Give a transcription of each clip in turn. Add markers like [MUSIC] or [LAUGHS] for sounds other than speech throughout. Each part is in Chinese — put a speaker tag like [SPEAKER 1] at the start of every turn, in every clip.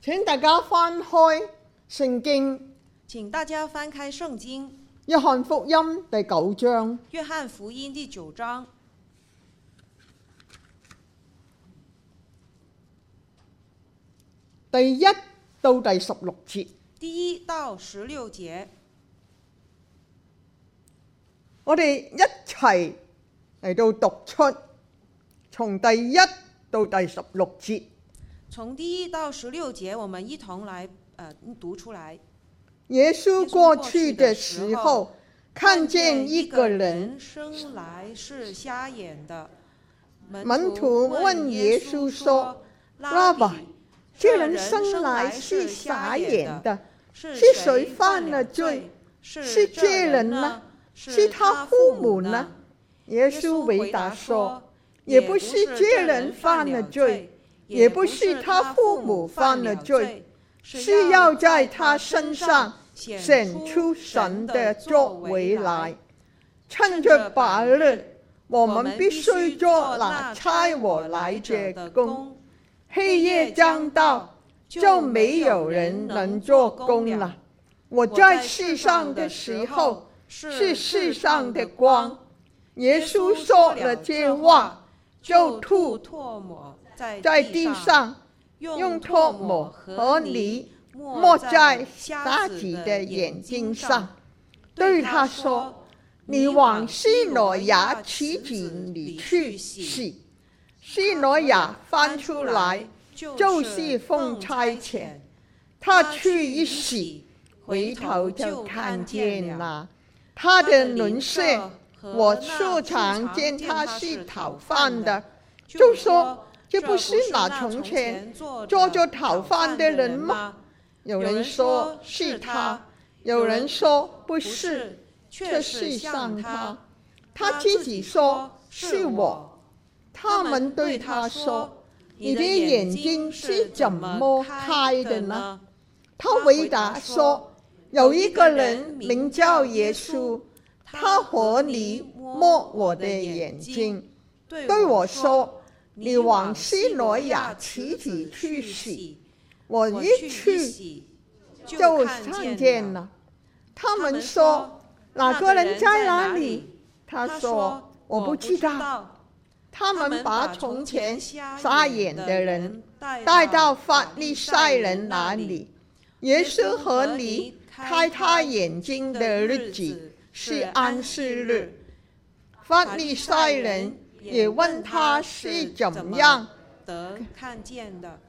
[SPEAKER 1] 請大家翻開聖經《
[SPEAKER 2] 请大家翻开圣经《
[SPEAKER 1] 約翰福音》第九章。
[SPEAKER 2] 约翰福音》第九章。
[SPEAKER 1] 第一到第十六節，
[SPEAKER 2] 第一到十六节，
[SPEAKER 1] 我哋一齊嚟到讀出，從第一到第十六節。
[SPEAKER 2] 从第一到十六节，我们一同来呃读出来。
[SPEAKER 1] 耶穌過去的時候，看見一個人，
[SPEAKER 2] 生来是瞎眼的，
[SPEAKER 1] 門徒問耶穌說：“
[SPEAKER 2] 拉比
[SPEAKER 1] Rabbi，，這人生來是傻眼，的，是誰犯了罪？
[SPEAKER 2] 是
[SPEAKER 1] 是這人呢？是他父母呢？”耶
[SPEAKER 2] 耶
[SPEAKER 1] 穌
[SPEAKER 2] 稣
[SPEAKER 1] 回
[SPEAKER 2] 回
[SPEAKER 1] 答
[SPEAKER 2] 答
[SPEAKER 1] 說
[SPEAKER 2] 说：“：“
[SPEAKER 1] 也
[SPEAKER 2] 也
[SPEAKER 1] 不
[SPEAKER 2] 不
[SPEAKER 1] 是
[SPEAKER 2] 是
[SPEAKER 1] 這
[SPEAKER 2] 这
[SPEAKER 1] 人
[SPEAKER 2] 人
[SPEAKER 1] 犯
[SPEAKER 2] 犯
[SPEAKER 1] 了
[SPEAKER 2] 了
[SPEAKER 1] 罪
[SPEAKER 2] 罪，
[SPEAKER 1] 也
[SPEAKER 2] 也
[SPEAKER 1] 不
[SPEAKER 2] 不
[SPEAKER 1] 是
[SPEAKER 2] 是
[SPEAKER 1] 他
[SPEAKER 2] 他
[SPEAKER 1] 父
[SPEAKER 2] 父
[SPEAKER 1] 母
[SPEAKER 2] 母
[SPEAKER 1] 犯
[SPEAKER 2] 犯
[SPEAKER 1] 了
[SPEAKER 2] 了
[SPEAKER 1] 罪
[SPEAKER 2] 罪，
[SPEAKER 1] 是
[SPEAKER 2] 是
[SPEAKER 1] 要
[SPEAKER 2] 要
[SPEAKER 1] 在
[SPEAKER 2] 在
[SPEAKER 1] 他
[SPEAKER 2] 他
[SPEAKER 1] 身
[SPEAKER 2] 身
[SPEAKER 1] 上
[SPEAKER 2] 上
[SPEAKER 1] 顯出
[SPEAKER 2] 顯出
[SPEAKER 1] 神
[SPEAKER 2] 神
[SPEAKER 1] 的
[SPEAKER 2] 的
[SPEAKER 1] 作
[SPEAKER 2] 作
[SPEAKER 1] 為
[SPEAKER 2] 為
[SPEAKER 1] 來
[SPEAKER 2] 來。
[SPEAKER 1] 趁着白日，我們必須做那差我來
[SPEAKER 2] 來
[SPEAKER 1] 者
[SPEAKER 2] 的
[SPEAKER 1] 工。
[SPEAKER 2] 工。
[SPEAKER 1] 黑夜將到，就
[SPEAKER 2] 就
[SPEAKER 1] 沒
[SPEAKER 2] 沒
[SPEAKER 1] 有
[SPEAKER 2] 有
[SPEAKER 1] 人
[SPEAKER 2] 人
[SPEAKER 1] 能
[SPEAKER 2] 能
[SPEAKER 1] 做工
[SPEAKER 2] 做工
[SPEAKER 1] 了
[SPEAKER 2] 了。
[SPEAKER 1] 我
[SPEAKER 2] 我
[SPEAKER 1] 在
[SPEAKER 2] 在
[SPEAKER 1] 世
[SPEAKER 2] 世
[SPEAKER 1] 上
[SPEAKER 2] 上
[SPEAKER 1] 的
[SPEAKER 2] 的
[SPEAKER 1] 時
[SPEAKER 2] 時
[SPEAKER 1] 候
[SPEAKER 2] 候，
[SPEAKER 1] 是
[SPEAKER 2] 是
[SPEAKER 1] 世
[SPEAKER 2] 世
[SPEAKER 1] 上
[SPEAKER 2] 上
[SPEAKER 1] 的
[SPEAKER 2] 的
[SPEAKER 1] 光
[SPEAKER 2] 光。
[SPEAKER 1] 耶穌說了這話，就
[SPEAKER 2] 就
[SPEAKER 1] 吐
[SPEAKER 2] 吐唾沫在
[SPEAKER 1] 在地
[SPEAKER 2] 上，
[SPEAKER 1] 上，用
[SPEAKER 2] 用
[SPEAKER 1] 唾
[SPEAKER 2] 唾
[SPEAKER 1] 沫
[SPEAKER 2] 沫
[SPEAKER 1] 和
[SPEAKER 2] 和
[SPEAKER 1] 泥
[SPEAKER 2] 泥
[SPEAKER 1] 抹
[SPEAKER 2] 抹
[SPEAKER 1] 在
[SPEAKER 2] 在
[SPEAKER 1] 瞎
[SPEAKER 2] 瞎
[SPEAKER 1] 子
[SPEAKER 2] 子
[SPEAKER 1] 的
[SPEAKER 2] 的
[SPEAKER 1] 眼
[SPEAKER 2] 眼
[SPEAKER 1] 睛
[SPEAKER 2] 睛
[SPEAKER 1] 上
[SPEAKER 2] 上，，
[SPEAKER 1] 對
[SPEAKER 2] 對
[SPEAKER 1] 他
[SPEAKER 2] 他
[SPEAKER 1] 說
[SPEAKER 2] 說：“
[SPEAKER 1] 你
[SPEAKER 2] 你
[SPEAKER 1] 往
[SPEAKER 2] 往
[SPEAKER 1] 西
[SPEAKER 2] 西
[SPEAKER 1] 羅
[SPEAKER 2] 羅
[SPEAKER 1] 亞
[SPEAKER 2] 亞
[SPEAKER 1] 池
[SPEAKER 2] 池
[SPEAKER 1] 子
[SPEAKER 2] 子
[SPEAKER 1] 裡
[SPEAKER 2] 裡
[SPEAKER 1] 去
[SPEAKER 2] 去
[SPEAKER 1] 洗西
[SPEAKER 2] 洗。”西
[SPEAKER 1] 羅
[SPEAKER 2] 羅
[SPEAKER 1] 亞
[SPEAKER 2] 亞
[SPEAKER 1] 翻
[SPEAKER 2] 翻
[SPEAKER 1] 出
[SPEAKER 2] 出
[SPEAKER 1] 來
[SPEAKER 2] 來，
[SPEAKER 1] 就
[SPEAKER 2] 就是是
[SPEAKER 1] 奉
[SPEAKER 2] 奉
[SPEAKER 1] 差
[SPEAKER 2] 差
[SPEAKER 1] 遣
[SPEAKER 2] 遣。
[SPEAKER 1] 他
[SPEAKER 2] 他
[SPEAKER 1] 去
[SPEAKER 2] 去
[SPEAKER 1] 一
[SPEAKER 2] 一
[SPEAKER 1] 洗
[SPEAKER 2] 洗，，
[SPEAKER 1] 回
[SPEAKER 2] 回
[SPEAKER 1] 頭
[SPEAKER 2] 頭
[SPEAKER 1] 就
[SPEAKER 2] 就
[SPEAKER 1] 看
[SPEAKER 2] 看
[SPEAKER 1] 見
[SPEAKER 2] 見
[SPEAKER 1] 了
[SPEAKER 2] 了。
[SPEAKER 1] 他
[SPEAKER 2] 他
[SPEAKER 1] 的
[SPEAKER 2] 的
[SPEAKER 1] 鄰
[SPEAKER 2] 邻
[SPEAKER 1] 舍
[SPEAKER 2] 舍
[SPEAKER 1] 我
[SPEAKER 2] 我
[SPEAKER 1] 素常
[SPEAKER 2] 素常
[SPEAKER 1] 見
[SPEAKER 2] 見
[SPEAKER 1] 他是
[SPEAKER 2] 他是
[SPEAKER 1] 討
[SPEAKER 2] 討
[SPEAKER 1] 飯
[SPEAKER 2] 飯
[SPEAKER 1] 的
[SPEAKER 2] 的，
[SPEAKER 1] 就
[SPEAKER 2] 就
[SPEAKER 1] 說
[SPEAKER 2] 說：“
[SPEAKER 1] 這
[SPEAKER 2] 這
[SPEAKER 1] 不
[SPEAKER 2] 不
[SPEAKER 1] 是
[SPEAKER 2] 是
[SPEAKER 1] 那
[SPEAKER 2] 那
[SPEAKER 1] 從
[SPEAKER 2] 從
[SPEAKER 1] 前
[SPEAKER 2] 前
[SPEAKER 1] 做
[SPEAKER 2] 做
[SPEAKER 1] 着
[SPEAKER 2] 着
[SPEAKER 1] 討飯
[SPEAKER 2] 討飯
[SPEAKER 1] 的
[SPEAKER 2] 的
[SPEAKER 1] 人
[SPEAKER 2] 人
[SPEAKER 1] 嗎
[SPEAKER 2] 嗎？”
[SPEAKER 1] 有
[SPEAKER 2] 有
[SPEAKER 1] 人
[SPEAKER 2] 人
[SPEAKER 1] 說
[SPEAKER 2] 說
[SPEAKER 1] 是
[SPEAKER 2] 是
[SPEAKER 1] 他
[SPEAKER 2] 他，
[SPEAKER 1] 有
[SPEAKER 2] 有
[SPEAKER 1] 人
[SPEAKER 2] 人
[SPEAKER 1] 說不
[SPEAKER 2] 不
[SPEAKER 1] 是，
[SPEAKER 2] 是，
[SPEAKER 1] 卻
[SPEAKER 2] 却
[SPEAKER 1] 是
[SPEAKER 2] 是
[SPEAKER 1] 像
[SPEAKER 2] 像
[SPEAKER 1] 他
[SPEAKER 2] 他。
[SPEAKER 1] 他
[SPEAKER 2] 他
[SPEAKER 1] 自
[SPEAKER 2] 自
[SPEAKER 1] 己
[SPEAKER 2] 己
[SPEAKER 1] 說
[SPEAKER 2] 說
[SPEAKER 1] 是
[SPEAKER 2] 是
[SPEAKER 1] 我
[SPEAKER 2] 我。
[SPEAKER 1] 他
[SPEAKER 2] 他
[SPEAKER 1] 們
[SPEAKER 2] 們
[SPEAKER 1] 對
[SPEAKER 2] 對
[SPEAKER 1] 他
[SPEAKER 2] 他
[SPEAKER 1] 說
[SPEAKER 2] 說：“：“
[SPEAKER 1] 你
[SPEAKER 2] 你
[SPEAKER 1] 的
[SPEAKER 2] 的
[SPEAKER 1] 眼
[SPEAKER 2] 眼
[SPEAKER 1] 睛
[SPEAKER 2] 睛
[SPEAKER 1] 是
[SPEAKER 2] 是
[SPEAKER 1] 怎
[SPEAKER 2] 怎
[SPEAKER 1] 麼
[SPEAKER 2] 麼
[SPEAKER 1] 開
[SPEAKER 2] 開
[SPEAKER 1] 的
[SPEAKER 2] 的
[SPEAKER 1] 呢
[SPEAKER 2] 呢？”
[SPEAKER 1] 他回答說：“有一個人名叫耶穌，他
[SPEAKER 2] 他
[SPEAKER 1] 和
[SPEAKER 2] 和
[SPEAKER 1] 你
[SPEAKER 2] 你
[SPEAKER 1] 摸
[SPEAKER 2] 摸
[SPEAKER 1] 我
[SPEAKER 2] 我
[SPEAKER 1] 的
[SPEAKER 2] 的
[SPEAKER 1] 眼
[SPEAKER 2] 眼
[SPEAKER 1] 睛
[SPEAKER 2] 睛，
[SPEAKER 1] 對
[SPEAKER 2] 對
[SPEAKER 1] 我
[SPEAKER 2] 我
[SPEAKER 1] 說
[SPEAKER 2] 說：“
[SPEAKER 1] 你
[SPEAKER 2] 你
[SPEAKER 1] 往
[SPEAKER 2] 往
[SPEAKER 1] 西
[SPEAKER 2] 西
[SPEAKER 1] 羅
[SPEAKER 2] 羅
[SPEAKER 1] 亞
[SPEAKER 2] 亞
[SPEAKER 1] 池子
[SPEAKER 2] 池子
[SPEAKER 1] 去
[SPEAKER 2] 去
[SPEAKER 1] 洗
[SPEAKER 2] 洗。”
[SPEAKER 1] 我
[SPEAKER 2] 我
[SPEAKER 1] 一
[SPEAKER 2] 去
[SPEAKER 1] 去
[SPEAKER 2] 洗，
[SPEAKER 1] 就
[SPEAKER 2] 就
[SPEAKER 1] 看
[SPEAKER 2] 看
[SPEAKER 1] 見
[SPEAKER 2] 見
[SPEAKER 1] 了
[SPEAKER 2] 了。。
[SPEAKER 1] 他
[SPEAKER 2] 他
[SPEAKER 1] 們
[SPEAKER 2] 們
[SPEAKER 1] 說
[SPEAKER 2] 說：“
[SPEAKER 1] 哪
[SPEAKER 2] 哪
[SPEAKER 1] 個
[SPEAKER 2] 個
[SPEAKER 1] 人
[SPEAKER 2] 人
[SPEAKER 1] 在
[SPEAKER 2] 在
[SPEAKER 1] 哪
[SPEAKER 2] 哪
[SPEAKER 1] 裡
[SPEAKER 2] 裡？”？”
[SPEAKER 1] 他
[SPEAKER 2] 他
[SPEAKER 1] 說
[SPEAKER 2] 說：“：“
[SPEAKER 1] 我
[SPEAKER 2] 我
[SPEAKER 1] 不
[SPEAKER 2] 不
[SPEAKER 1] 知
[SPEAKER 2] 知
[SPEAKER 1] 道。”
[SPEAKER 2] 道。”
[SPEAKER 1] 他
[SPEAKER 2] 他
[SPEAKER 1] 們
[SPEAKER 2] 们
[SPEAKER 1] 把
[SPEAKER 2] 把
[SPEAKER 1] 從
[SPEAKER 2] 從
[SPEAKER 1] 前
[SPEAKER 2] 前
[SPEAKER 1] 瞎
[SPEAKER 2] 瞎
[SPEAKER 1] 眼
[SPEAKER 2] 眼
[SPEAKER 1] 的
[SPEAKER 2] 的
[SPEAKER 1] 人
[SPEAKER 2] 人
[SPEAKER 1] 帶
[SPEAKER 2] 帶
[SPEAKER 1] 到
[SPEAKER 2] 到
[SPEAKER 1] 法
[SPEAKER 2] 法
[SPEAKER 1] 利
[SPEAKER 2] 利
[SPEAKER 1] 賽
[SPEAKER 2] 賽
[SPEAKER 1] 人
[SPEAKER 2] 人
[SPEAKER 1] 那
[SPEAKER 2] 那
[SPEAKER 1] 裡
[SPEAKER 2] 裡。
[SPEAKER 1] 耶穌
[SPEAKER 2] 穌
[SPEAKER 1] 和
[SPEAKER 2] 和
[SPEAKER 1] 你
[SPEAKER 2] 你
[SPEAKER 1] 開
[SPEAKER 2] 開
[SPEAKER 1] 他
[SPEAKER 2] 他
[SPEAKER 1] 眼睛
[SPEAKER 2] 睛
[SPEAKER 1] 的
[SPEAKER 2] 的
[SPEAKER 1] 日子
[SPEAKER 2] 日子
[SPEAKER 1] 是
[SPEAKER 2] 是
[SPEAKER 1] 安
[SPEAKER 2] 安
[SPEAKER 1] 息
[SPEAKER 2] 息
[SPEAKER 1] 日
[SPEAKER 2] 日。
[SPEAKER 1] 法
[SPEAKER 2] 法
[SPEAKER 1] 利
[SPEAKER 2] 利
[SPEAKER 1] 賽
[SPEAKER 2] 賽
[SPEAKER 1] 人
[SPEAKER 2] 人
[SPEAKER 1] 也
[SPEAKER 2] 也
[SPEAKER 1] 問
[SPEAKER 2] 問
[SPEAKER 1] 他
[SPEAKER 2] 他
[SPEAKER 1] 是
[SPEAKER 2] 是
[SPEAKER 1] 怎
[SPEAKER 2] 怎
[SPEAKER 1] 麼
[SPEAKER 2] 麼
[SPEAKER 1] 樣
[SPEAKER 2] 樣。得看见的。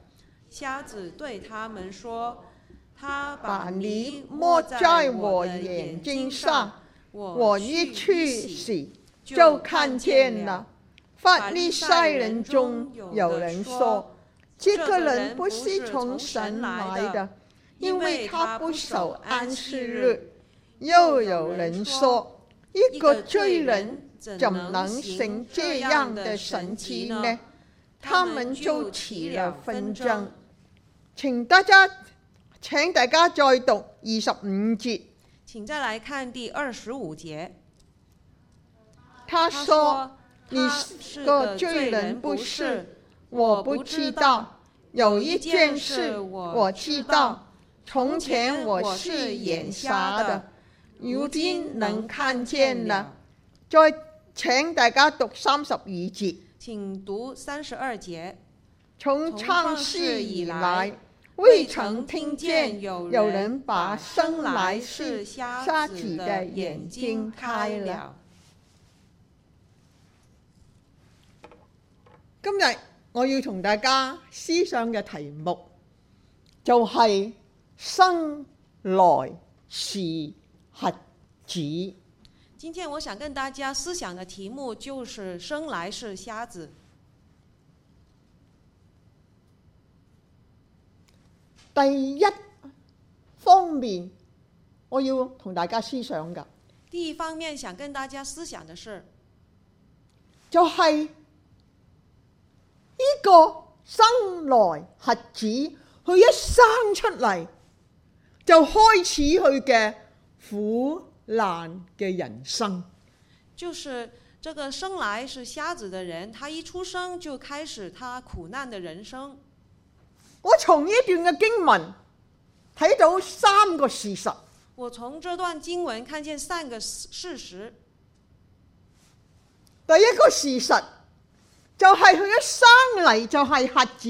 [SPEAKER 2] 瞎子对他们说：“他
[SPEAKER 1] 把
[SPEAKER 2] 把
[SPEAKER 1] 泥
[SPEAKER 2] 泥
[SPEAKER 1] 抹
[SPEAKER 2] 抹
[SPEAKER 1] 在
[SPEAKER 2] 在
[SPEAKER 1] 我
[SPEAKER 2] 我
[SPEAKER 1] 的
[SPEAKER 2] 的
[SPEAKER 1] 眼
[SPEAKER 2] 眼
[SPEAKER 1] 睛
[SPEAKER 2] 睛
[SPEAKER 1] 上
[SPEAKER 2] 上，，
[SPEAKER 1] 我
[SPEAKER 2] 我
[SPEAKER 1] 一
[SPEAKER 2] 一
[SPEAKER 1] 去
[SPEAKER 2] 去洗，
[SPEAKER 1] 時就
[SPEAKER 2] 就
[SPEAKER 1] 看見
[SPEAKER 2] 看见
[SPEAKER 1] 了
[SPEAKER 2] 了。
[SPEAKER 1] 法利賽人中有人說，這個人不是從神來的，因為他不守安息日。又有人說，一
[SPEAKER 2] 一
[SPEAKER 1] 個
[SPEAKER 2] 个
[SPEAKER 1] 罪
[SPEAKER 2] 罪
[SPEAKER 1] 人
[SPEAKER 2] 人
[SPEAKER 1] 怎
[SPEAKER 2] 怎
[SPEAKER 1] 能
[SPEAKER 2] 能
[SPEAKER 1] 行
[SPEAKER 2] 行
[SPEAKER 1] 這
[SPEAKER 2] 这
[SPEAKER 1] 樣
[SPEAKER 2] 样
[SPEAKER 1] 的
[SPEAKER 2] 的
[SPEAKER 1] 神
[SPEAKER 2] 神
[SPEAKER 1] 蹟
[SPEAKER 2] 奇
[SPEAKER 1] 呢
[SPEAKER 2] 呢？？
[SPEAKER 1] 他
[SPEAKER 2] 他
[SPEAKER 1] 們
[SPEAKER 2] 们
[SPEAKER 1] 就
[SPEAKER 2] 就
[SPEAKER 1] 起
[SPEAKER 2] 起
[SPEAKER 1] 了
[SPEAKER 2] 了
[SPEAKER 1] 紛
[SPEAKER 2] 紛
[SPEAKER 1] 爭
[SPEAKER 2] 爭。
[SPEAKER 1] 請大家請大家再讀二十五節，
[SPEAKER 2] 请再来看第二十五节，
[SPEAKER 1] 他
[SPEAKER 2] 他
[SPEAKER 1] 說：
[SPEAKER 2] 说：“
[SPEAKER 1] 你
[SPEAKER 2] 你
[SPEAKER 1] 是
[SPEAKER 2] 是
[SPEAKER 1] 個
[SPEAKER 2] 个
[SPEAKER 1] 罪
[SPEAKER 2] 罪
[SPEAKER 1] 人
[SPEAKER 2] 人，
[SPEAKER 1] 不
[SPEAKER 2] 不
[SPEAKER 1] 是
[SPEAKER 2] 是
[SPEAKER 1] 我不知道，有一
[SPEAKER 2] 一
[SPEAKER 1] 件
[SPEAKER 2] 件
[SPEAKER 1] 事
[SPEAKER 2] 事
[SPEAKER 1] 我
[SPEAKER 2] 我
[SPEAKER 1] 知
[SPEAKER 2] 知
[SPEAKER 1] 道
[SPEAKER 2] 道，
[SPEAKER 1] 從
[SPEAKER 2] 从
[SPEAKER 1] 前
[SPEAKER 2] 前
[SPEAKER 1] 我
[SPEAKER 2] 我
[SPEAKER 1] 是
[SPEAKER 2] 是
[SPEAKER 1] 眼
[SPEAKER 2] 眼
[SPEAKER 1] 瞎
[SPEAKER 2] 瞎
[SPEAKER 1] 的
[SPEAKER 2] 的，，
[SPEAKER 1] 如
[SPEAKER 2] 如
[SPEAKER 1] 今
[SPEAKER 2] 今
[SPEAKER 1] 能
[SPEAKER 2] 能
[SPEAKER 1] 看
[SPEAKER 2] 看
[SPEAKER 1] 見
[SPEAKER 2] 见
[SPEAKER 1] 了
[SPEAKER 2] 了。”。
[SPEAKER 1] 再請大家讀三十二節，
[SPEAKER 2] 请读三十二节，
[SPEAKER 1] 從
[SPEAKER 2] 從
[SPEAKER 1] 創
[SPEAKER 2] 創
[SPEAKER 1] 世
[SPEAKER 2] 世
[SPEAKER 1] 以
[SPEAKER 2] 以
[SPEAKER 1] 來
[SPEAKER 2] 來，
[SPEAKER 1] 未
[SPEAKER 2] 未
[SPEAKER 1] 曾
[SPEAKER 2] 曾
[SPEAKER 1] 聽
[SPEAKER 2] 聽
[SPEAKER 1] 見
[SPEAKER 2] 見
[SPEAKER 1] 有
[SPEAKER 2] 有
[SPEAKER 1] 人
[SPEAKER 2] 人
[SPEAKER 1] 把
[SPEAKER 2] 把
[SPEAKER 1] 生
[SPEAKER 2] 生
[SPEAKER 1] 來
[SPEAKER 2] 來
[SPEAKER 1] 是
[SPEAKER 2] 是
[SPEAKER 1] 瞎
[SPEAKER 2] 瞎
[SPEAKER 1] 子
[SPEAKER 2] 子
[SPEAKER 1] 的
[SPEAKER 2] 的
[SPEAKER 1] 眼
[SPEAKER 2] 眼
[SPEAKER 1] 睛
[SPEAKER 2] 睛
[SPEAKER 1] 開
[SPEAKER 2] 開
[SPEAKER 1] 了
[SPEAKER 2] 了。
[SPEAKER 1] 今日我要同大家思想嘅題目就係、生來是瞎子。
[SPEAKER 2] 今天我想跟大家思想的题目就是“生来是瞎子
[SPEAKER 1] 第一方面，我要同大家思想噶，”。
[SPEAKER 2] 第一方面想跟大家思想的是，
[SPEAKER 1] 就係、呢個生來核子，佢一生出嚟就開始佢嘅苦難嘅人生。
[SPEAKER 2] 就是这个生来是瞎子的人，他一出生就开始他苦难的人生。
[SPEAKER 1] 我從呢一段嘅經文睇到三個事實。
[SPEAKER 2] 我从这段经文看见三个事事实。
[SPEAKER 1] 第一個事實就係佢一生嚟就係瞎子。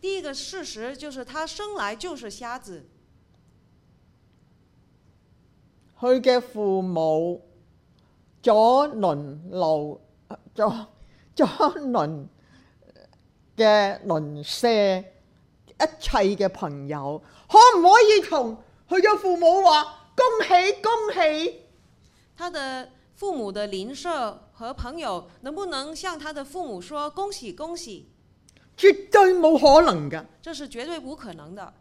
[SPEAKER 2] 第一个事实就是他生来就是瞎子，
[SPEAKER 1] 佢嘅父母左鄰右左左鄰嘅鄰舍，一切嘅朋友，可唔可以同佢嘅父母話恭喜恭喜？
[SPEAKER 2] 他的父母的邻舍和朋友能不能向他的父母说恭喜恭喜？
[SPEAKER 1] 絕對冇可能㗎，
[SPEAKER 2] 这是绝对不可能的。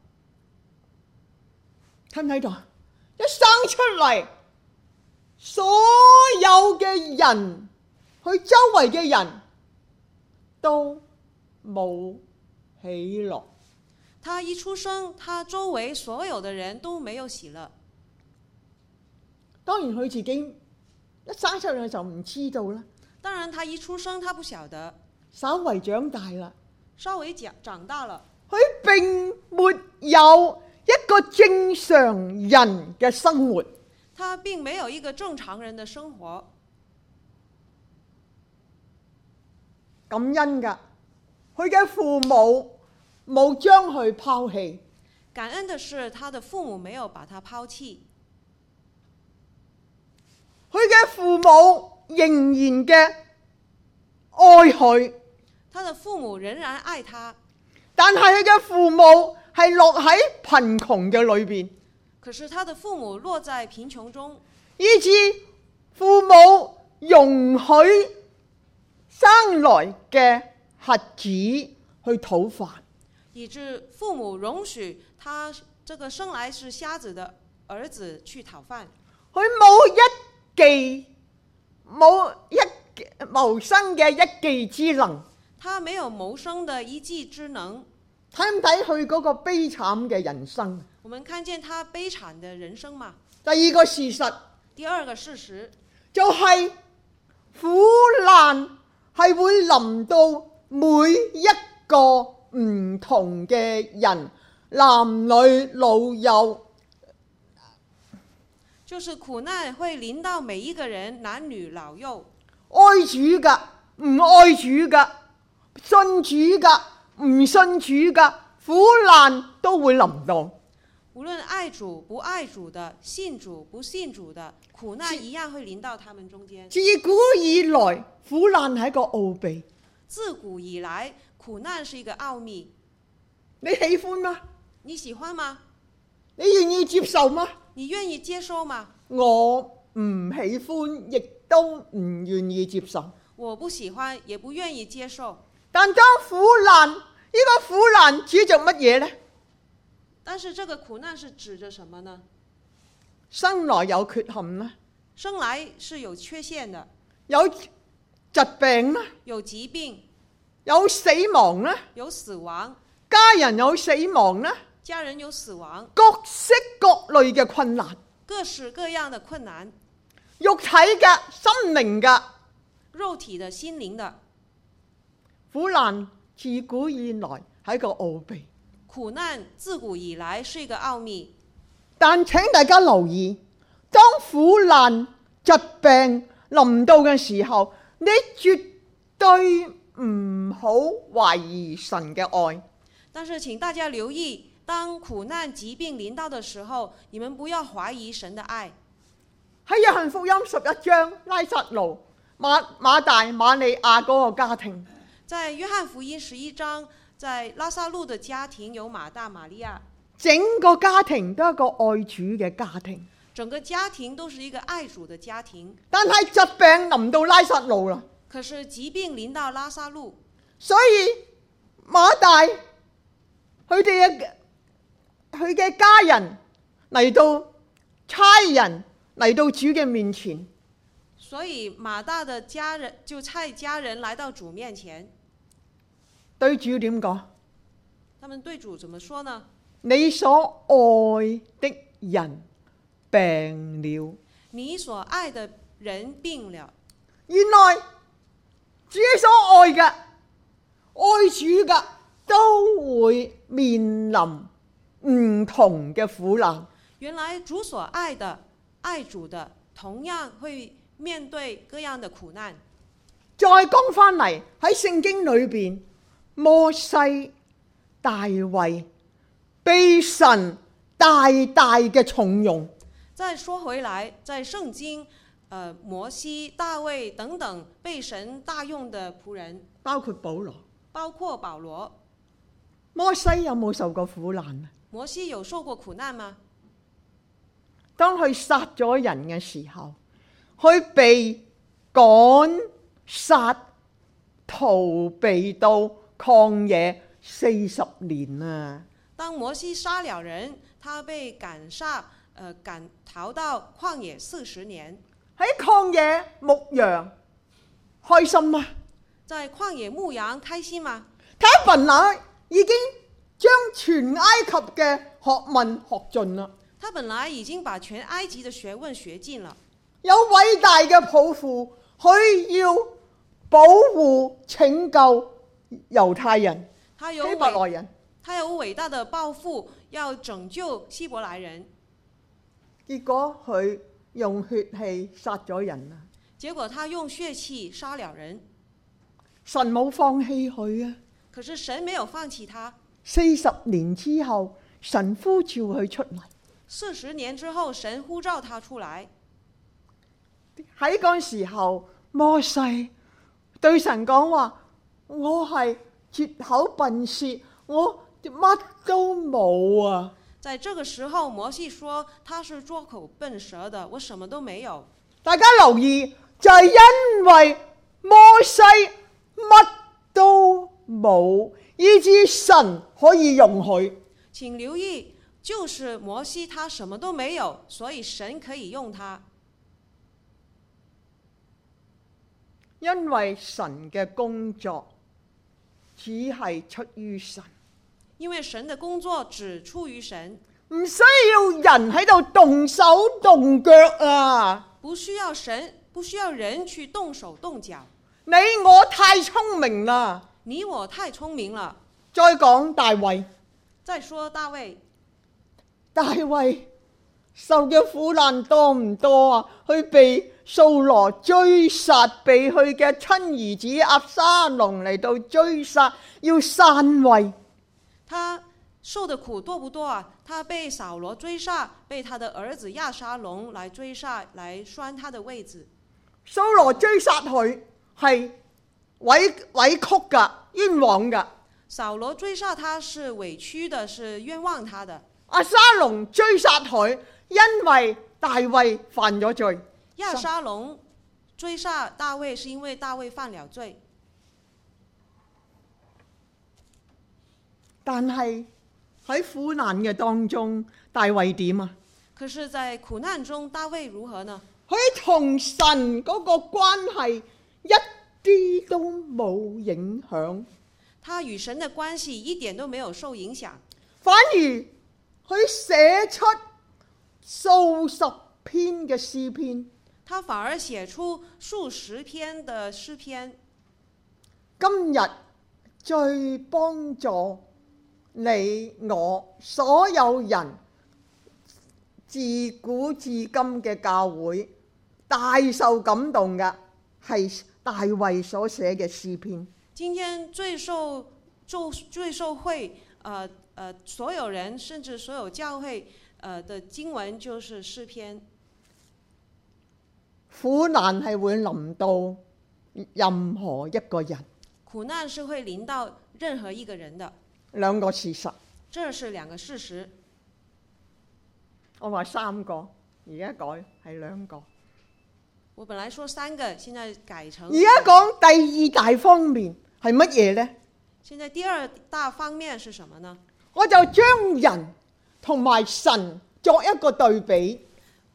[SPEAKER 1] 睇唔睇到？一生出嚟，所有嘅人，佢周圍嘅人都冇喜樂。
[SPEAKER 2] 他一出生，他周围所有的人都没有喜乐。
[SPEAKER 1] 當然佢自己一生出嚟就唔知道啦，
[SPEAKER 2] 当然，他一出生他不晓得，
[SPEAKER 1] 稍為長大啦，
[SPEAKER 2] 稍微长长大了，
[SPEAKER 1] 佢並沒有一個正常人嘅生活。
[SPEAKER 2] 他并没有一个正常人的生活，
[SPEAKER 1] 感恩㗎，佢嘅父母冇將佢拋棄，
[SPEAKER 2] 感恩的是，他的父母没有把他抛弃，
[SPEAKER 1] 佢嘅父母仍然嘅愛佢，
[SPEAKER 2] 他的父母仍然爱他。
[SPEAKER 1] 但係佢嘅父母係落喺貧窮嘅裏邊，
[SPEAKER 2] 可是他的父母落在贫穷中，
[SPEAKER 1] 以致父母容許生來嘅核子去討飯。
[SPEAKER 2] 以致父母容许他这个生来是瞎子的儿子去讨饭。
[SPEAKER 1] 佢冇一技，冇一謀生嘅一技之能。
[SPEAKER 2] 他没有谋生的一技之能。
[SPEAKER 1] 睇唔睇佢嗰個悲慘嘅人生？
[SPEAKER 2] 我们看见他悲惨的人生嘛。
[SPEAKER 1] 第二個事實
[SPEAKER 2] 第二个事实
[SPEAKER 1] 就係、苦難係會臨到每一個唔同嘅人，男女老幼。
[SPEAKER 2] 就是苦难会临到每一个人，男女老幼，
[SPEAKER 1] 愛主噶，唔愛主噶，信主噶，唔信主噶，苦難都會臨到。
[SPEAKER 2] 无论爱主不爱主的，信主不信主的，苦难一样会临到他们中间。
[SPEAKER 1] 自古以來，苦難係一個奧秘。
[SPEAKER 2] 自古以来，苦难是一个奥秘。
[SPEAKER 1] 你喜歡嗎？
[SPEAKER 2] 你喜欢吗？
[SPEAKER 1] 你願意接受嗎？
[SPEAKER 2] 你愿意接受吗？
[SPEAKER 1] 我唔喜歡，亦都唔願意接受。
[SPEAKER 2] 我不喜欢，也不愿意接受。
[SPEAKER 1] 但當苦難呢、個苦難指着乜嘢呢？
[SPEAKER 2] 但是这个苦难是指着什么呢？
[SPEAKER 1] 生來有缺陷啦，
[SPEAKER 2] 生来是有缺陷的，
[SPEAKER 1] 有疾病啦，
[SPEAKER 2] 有疾病，
[SPEAKER 1] 有死亡啦，
[SPEAKER 2] 有死亡，
[SPEAKER 1] 家人有死亡啦，
[SPEAKER 2] 家人有死亡，
[SPEAKER 1] 各式各類嘅困難，
[SPEAKER 2] 各式各样的困难，
[SPEAKER 1] 肉體嘅、心靈嘅
[SPEAKER 2] 肉体的、心灵的
[SPEAKER 1] 苦難，自古以來係一個奧秘。
[SPEAKER 2] 苦难，自古以来是一个奥秘。
[SPEAKER 1] 但請大家留意，當苦難、疾病臨到嘅時候，你絕對唔好懷疑神嘅愛。
[SPEAKER 2] 但是，请大家留意，当苦难、疾病临到的时候，你们不要怀疑神的爱。
[SPEAKER 1] 喺約翰福音十一章，拉撒路、馬馬大、馬利亞嗰個家庭，
[SPEAKER 2] 在约翰福音十一章，在拉萨路的家庭有马大、玛利亚，
[SPEAKER 1] 整個家庭都係一個愛主嘅家庭。
[SPEAKER 2] 整个家庭都是一个爱主的家庭。
[SPEAKER 1] 但係疾病臨到拉撒路啦，
[SPEAKER 2] 可是疾病临到拉萨路，
[SPEAKER 1] 所以馬大佢哋嘅佢嘅家人嚟到差人嚟到主嘅面前，
[SPEAKER 2] 所以马大的家人就差家人来到主面前，
[SPEAKER 1] 對主點講？
[SPEAKER 2] 他们对主怎么说呢？
[SPEAKER 1] 你所愛的人病了。
[SPEAKER 2] 你所爱的人病了，
[SPEAKER 1] 原來自己所愛嘅、愛主嘅都會面臨唔同嘅苦難。
[SPEAKER 2] 原来主所爱的、爱主的，同样会面对各样的苦难。
[SPEAKER 1] 再講翻嚟喺聖經裏邊，摩西、大衛被神大大嘅重用，
[SPEAKER 2] 再说回来，在圣经，呃，摩西、大卫等等被神大用的仆人，
[SPEAKER 1] 包括保羅。
[SPEAKER 2] 包括保罗。
[SPEAKER 1] 摩西有冇受過苦難啊？
[SPEAKER 2] 摩西有受过苦难吗？
[SPEAKER 1] 當佢殺咗人嘅時候，佢被趕殺，逃避到曠野四十年啊！
[SPEAKER 2] 当摩西杀了人，他被赶杀，呃，赶逃到旷野四十年，
[SPEAKER 1] 喺曠野牧羊，開心啊！
[SPEAKER 2] 在旷野牧羊，开心吗？
[SPEAKER 1] 睇下笨乸已經將全埃及嘅學問學盡啦，
[SPEAKER 2] 他本来已经把全埃及的学问学尽了，
[SPEAKER 1] 有偉大嘅抱負，佢要保護拯救猶太人、
[SPEAKER 2] 他有
[SPEAKER 1] 希伯
[SPEAKER 2] 伟
[SPEAKER 1] 來人，
[SPEAKER 2] 他有伟大的抱负，要拯救希伯来人。
[SPEAKER 1] 結果佢用血氣殺咗人啊！
[SPEAKER 2] 结果他用血气杀了人，
[SPEAKER 1] 神冇放棄佢啊！
[SPEAKER 2] 可是神没有放弃他。
[SPEAKER 1] 四十年之後，神呼召佢出嚟。
[SPEAKER 2] 四十年之后，神呼召他出来。
[SPEAKER 1] 喺嗰時候，摩西對神講話：我係絕口笨舌，我乜都冇啊！
[SPEAKER 2] 在这个时候，摩西说他是拙口笨舌的，我什么都没有。
[SPEAKER 1] 大家留意，就係、因為摩西乜都冇，以致神可以用佢。
[SPEAKER 2] 请留意，就是摩西他什么都没有，所以神可以用他，
[SPEAKER 1] 因為神嘅工作只係出於神，
[SPEAKER 2] 因为神的工作只出于神，
[SPEAKER 1] 唔需要人喺度動手動腳啊！
[SPEAKER 2] 不需要神，不需要人去动手动脚。
[SPEAKER 1] 你我太聰明啦！
[SPEAKER 2] 你我太聪明了。
[SPEAKER 1] 再講大衛，
[SPEAKER 2] 再说大卫，
[SPEAKER 1] 大衛受嘅苦難多唔多啊？佢被掃羅追殺，被佢嘅親兒子押沙龍嚟到追殺，要散位。
[SPEAKER 2] 他受的苦多不多啊？他被扫罗追杀，被他的儿子亚沙龙来追杀，来拴他的位置。
[SPEAKER 1] 掃羅追殺佢係委委曲㗎，冤枉㗎。
[SPEAKER 2] 扫罗追杀他是委屈的，是冤枉他的。
[SPEAKER 1] 押沙龍追殺佢，因為大衛犯咗罪。
[SPEAKER 2] 亚沙龙追杀大卫是因为大卫犯了罪，
[SPEAKER 1] 但係喺苦難嘅當中，大衛點啊？
[SPEAKER 2] 可是，在苦难中大卫如何呢？
[SPEAKER 1] 佢同神嗰個關係一啲都冇影響，
[SPEAKER 2] 他与神的关系一点都没有受影響，
[SPEAKER 1] 反而佢寫出數十篇嘅詩篇。
[SPEAKER 2] 他反而写出数十篇的诗篇。
[SPEAKER 1] 今日最幫助你我所有人，自古至今嘅教會大受感動嘅係大衛所寫嘅詩篇。
[SPEAKER 2] 今天最受受最受惠呃呃所有人甚至所有教会呃的经文就是诗篇。
[SPEAKER 1] 苦難係會臨到任何一個人，
[SPEAKER 2] 苦难是会临到任何一个人的，
[SPEAKER 1] 兩個事實，
[SPEAKER 2] 这是两个事实。
[SPEAKER 1] 我話三個，而家改係兩個。
[SPEAKER 2] 我本来说三个，现在改成
[SPEAKER 1] 而家講第二大方面係乜嘢呢？
[SPEAKER 2] 现在第二大方面是什么呢？
[SPEAKER 1] 我就將人同埋神作一個對比。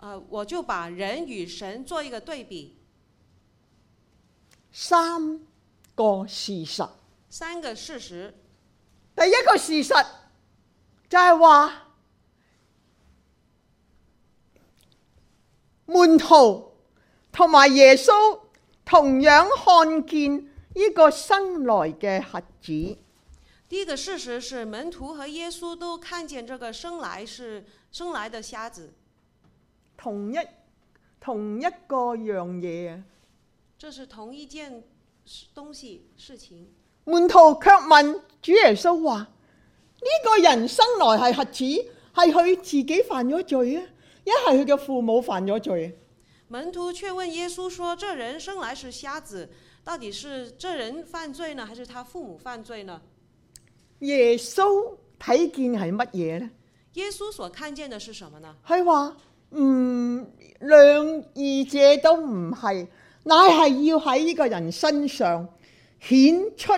[SPEAKER 2] 呃，我就把人与神做一个对比，
[SPEAKER 1] 三個事實，
[SPEAKER 2] 三个事实。
[SPEAKER 1] 第一個事實就係話門徒同埋耶穌同樣看見呢個生來嘅核子。
[SPEAKER 2] 第一个事实是，门徒和耶稣都看见这个生来是生来的瞎子，
[SPEAKER 1] 同一同一個樣嘢啊。
[SPEAKER 2] 这是同一件事东西事情。
[SPEAKER 1] 門徒卻問主耶穌話：呢、個人生來係瞎子，係佢自己犯咗罪啊，一係佢嘅父母犯咗罪啊。
[SPEAKER 2] 门徒却问耶稣说：“这人生来是瞎子，到底是这人犯罪呢，还是他父母犯罪呢
[SPEAKER 1] 耶穌睇見係乜嘢呢？？”
[SPEAKER 2] 耶稣所看见的是什么呢？
[SPEAKER 1] 佢話：嗯，兩二者都唔係，乃係要喺呢個人身上顯出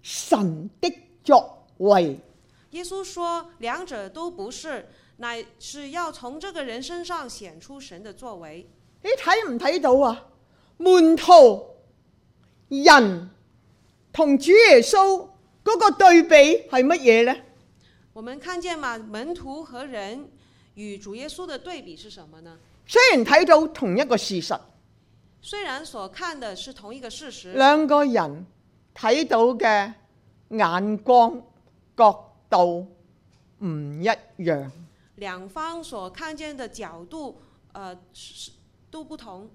[SPEAKER 1] 神的作為。
[SPEAKER 2] 耶稣说：“两者都不是，乃是要从这个人身上显出神的作为。”
[SPEAKER 1] 你睇唔睇到啊？門徒人同主耶穌嗰個對比係乜嘢呢？
[SPEAKER 2] 我们看见嘛，门徒和人与主耶稣的对比是什么呢？
[SPEAKER 1] 雖然睇到同一個事實，
[SPEAKER 2] 虽然所看的是同一个事实，
[SPEAKER 1] 兩個人睇到嘅眼光角度唔一樣。
[SPEAKER 2] 两方所看见的角度，呃，是是都不同。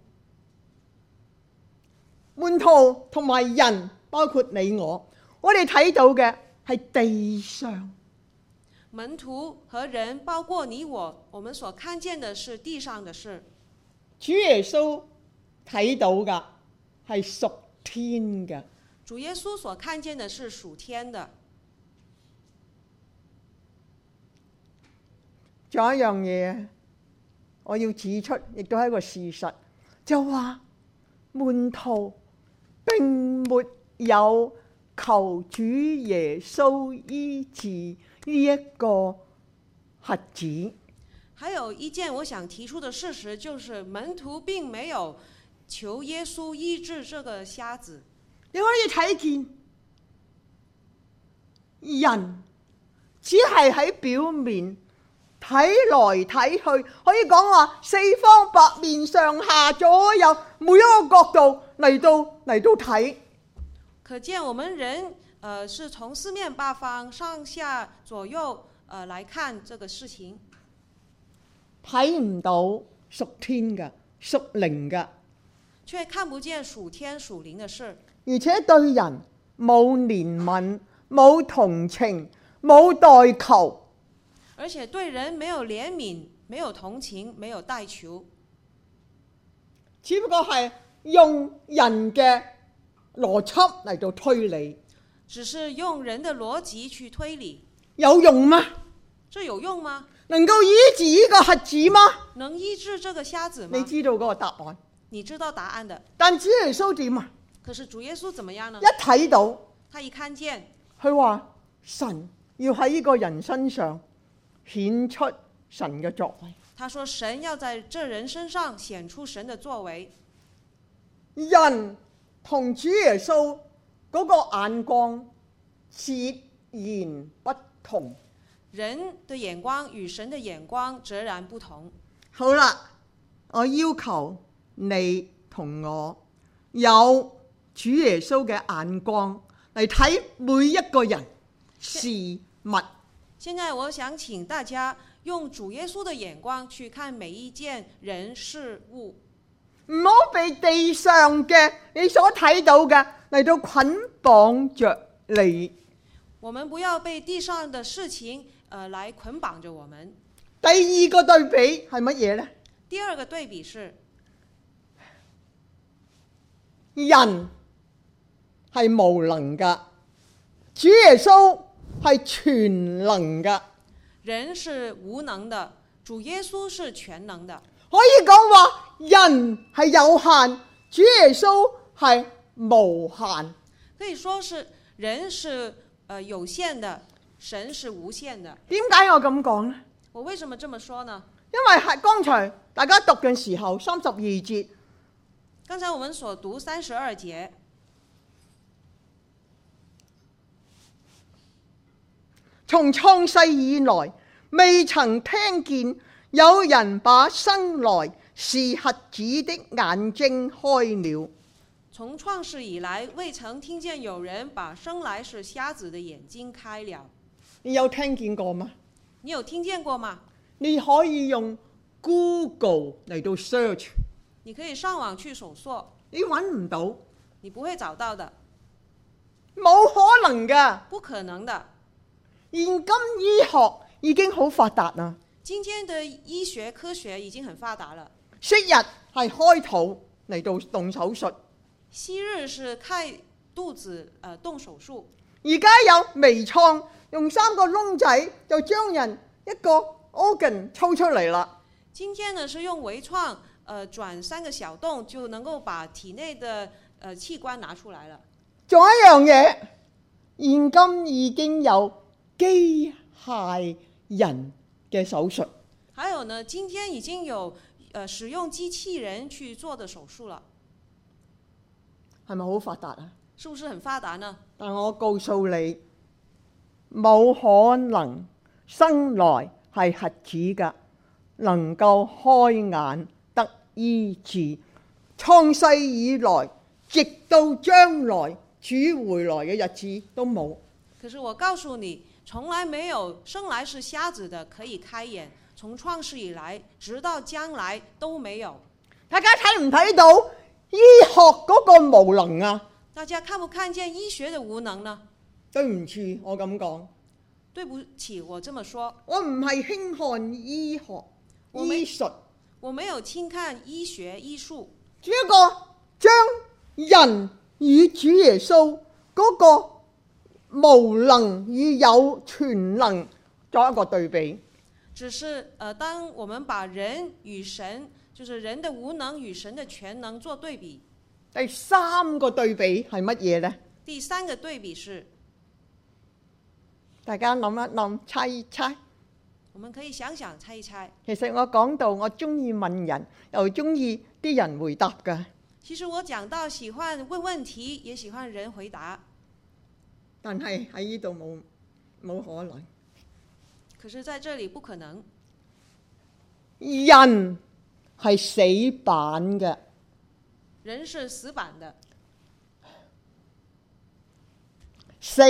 [SPEAKER 1] 門徒同埋人，包括你我，我哋睇到嘅係地上，
[SPEAKER 2] 门徒和人，包括你我，我们所看见的是地上的事，
[SPEAKER 1] 主耶穌睇到嘅係屬天嘅。
[SPEAKER 2] 主耶稣所看见的是属天的。
[SPEAKER 1] 仲有一樣嘢，我要指出，亦都係一個事實，就話門徒並沒有求主耶穌醫治呢一個核子。
[SPEAKER 2] 还有一件我想提出的事实就是，门徒并没有求耶稣医治这个瞎子。
[SPEAKER 1] 你可以睇見人只係喺表面睇來睇去，可以講話四方八面、上下左右每一個角度嚟到嚟到睇。
[SPEAKER 2] 可见我们人呃是从四面八方、上下左右呃来看这个事情，
[SPEAKER 1] 睇唔到屬天嘅、屬靈嘅，
[SPEAKER 2] 却看不見屬天屬靈的事，
[SPEAKER 1] 而且對人冇憐憫、冇同情、冇代求。
[SPEAKER 2] 而且对人没有怜悯、没有同情、没有代求，
[SPEAKER 1] 只不過係用人嘅邏輯嚟到推理，
[SPEAKER 2] 只是用人的邏輯去推理，
[SPEAKER 1] 有用嗎？
[SPEAKER 2] 这有用吗？
[SPEAKER 1] 能夠醫治呢個核子嗎？
[SPEAKER 2] 能醫治這個瞎子
[SPEAKER 1] 你
[SPEAKER 2] 吗？
[SPEAKER 1] 知道嗰個答案，
[SPEAKER 2] 你知道答案的，
[SPEAKER 1] 但主耶穌點啊？
[SPEAKER 2] 可是主耶穌怎么样呢
[SPEAKER 1] 一？睇到
[SPEAKER 2] 他一看見
[SPEAKER 1] 佢話神要喺呢個人身上顯出神嘅作為。
[SPEAKER 2] 他说：“神要在这人身上显出神的作为。
[SPEAKER 1] 人同主耶穌嗰個眼光截然不同。
[SPEAKER 2] 人的眼光与神的眼光截然不同。
[SPEAKER 1] 好啦，我要求你同我有主耶穌嘅眼光嚟睇每一個人事物。
[SPEAKER 2] 现在我想请大家用主耶稣的眼光去看每一件人事物，
[SPEAKER 1] 唔好被地上嘅你所睇到嘅嚟到捆綁着你。
[SPEAKER 2] 我们不要被地上的事情呃来捆绑着我们。
[SPEAKER 1] 第二個對比係乜嘢呢？
[SPEAKER 2] 第二个对比是，
[SPEAKER 1] 人係無能噶，主耶穌係全能噶，
[SPEAKER 2] 人是无能的，主耶稣是全能的。
[SPEAKER 1] 可以講話人係有限，主耶穌係無限。
[SPEAKER 2] 可以说是人是呃有限的，神是无限的。
[SPEAKER 1] 點解我咁講呢？
[SPEAKER 2] 我为什么这么说呢？
[SPEAKER 1] 因為係剛才大家讀嘅時候，三十二節
[SPEAKER 2] 刚才我们所读三十二节，
[SPEAKER 1] 從創世以來，未曾聽見有人把生來是瞎子的眼睛開了。
[SPEAKER 2] 从创世以来，未曾听见有人把生来是瞎子的眼睛开了。
[SPEAKER 1] 你有聽見過嗎？
[SPEAKER 2] 你有听见过吗？
[SPEAKER 1] 你可以用 Google 嚟到 search，
[SPEAKER 2] 你可以上网去搜索，
[SPEAKER 1] 你揾唔到，
[SPEAKER 2] 你不会找到的，
[SPEAKER 1] 冇可能㗎。
[SPEAKER 2] 不可能的。
[SPEAKER 1] 現今醫學已經好啊發達啦，
[SPEAKER 2] 今天的医学科学已经很发达了，
[SPEAKER 1] 昔日係開肚嚟到動手術，
[SPEAKER 2] 昔日是开肚子呃动手术，
[SPEAKER 1] 而家有微創用三個窿仔就將人一個 organ 抽出嚟啦。
[SPEAKER 2] 今天呢是用微创呃转三个小洞就能够把体内的呃器官拿出来了。
[SPEAKER 1] 仲有一樣嘢，現今已經有機械人嘅手術。
[SPEAKER 2] 还有呢，今天已经有呃使用机器人去做的手术了，
[SPEAKER 1] 係咪好發達啊？
[SPEAKER 2] 是不是很发达呢？
[SPEAKER 1] 但我告訴你，冇可能生來係核子㗎，能夠開眼得醫治。創世以來，直到將來主回來嘅日子都冇。
[SPEAKER 2] 可是我告诉你，从来没有生来是瞎子的可以开眼，从创世以来直到将来都没有。
[SPEAKER 1] 大家睇唔睇到醫學嗰個無能啊？
[SPEAKER 2] 大家看不看见医学的无能呢？
[SPEAKER 1] 對唔住，我咁講，
[SPEAKER 2] 对不起，我这么说，
[SPEAKER 1] 我唔係輕看醫學、
[SPEAKER 2] 我明
[SPEAKER 1] 醫術，
[SPEAKER 2] 我没有轻看医学医术，
[SPEAKER 1] 只不過將人與主耶穌嗰個無能與有全能作一個對比。
[SPEAKER 2] 只是呃，当我们把人与神，就是人的无能与神的全能做对比。
[SPEAKER 1] 第三個對比係乜嘢呢？
[SPEAKER 2] 第三个对比是，
[SPEAKER 1] 大家諗一諗，猜一猜。
[SPEAKER 2] 我们可以想想猜一猜。
[SPEAKER 1] 其實我講到我中意問人，又中意啲人回答㗎。
[SPEAKER 2] 其实我讲到喜欢问问题，也喜欢人回答，
[SPEAKER 1] 但係喺呢度冇冇可能。
[SPEAKER 2] 可是在这里不可能。
[SPEAKER 1] 人係死板嘅，
[SPEAKER 2] 人是死板的，
[SPEAKER 1] 死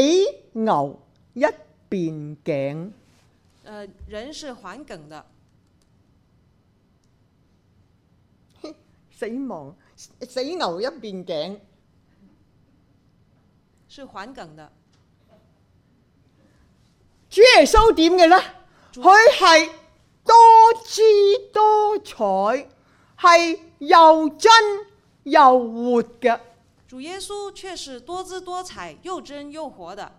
[SPEAKER 1] 牛一邊頸。
[SPEAKER 2] 呃，人是环梗的，
[SPEAKER 1] 死亡，死牛一邊頸，
[SPEAKER 2] 是环梗的。
[SPEAKER 1] 主耶穌點嘅呢？
[SPEAKER 2] 主
[SPEAKER 1] 佢係多姿多彩，係又真又活嘅。
[SPEAKER 2] 主耶稣却是多姿多彩、又真又活的。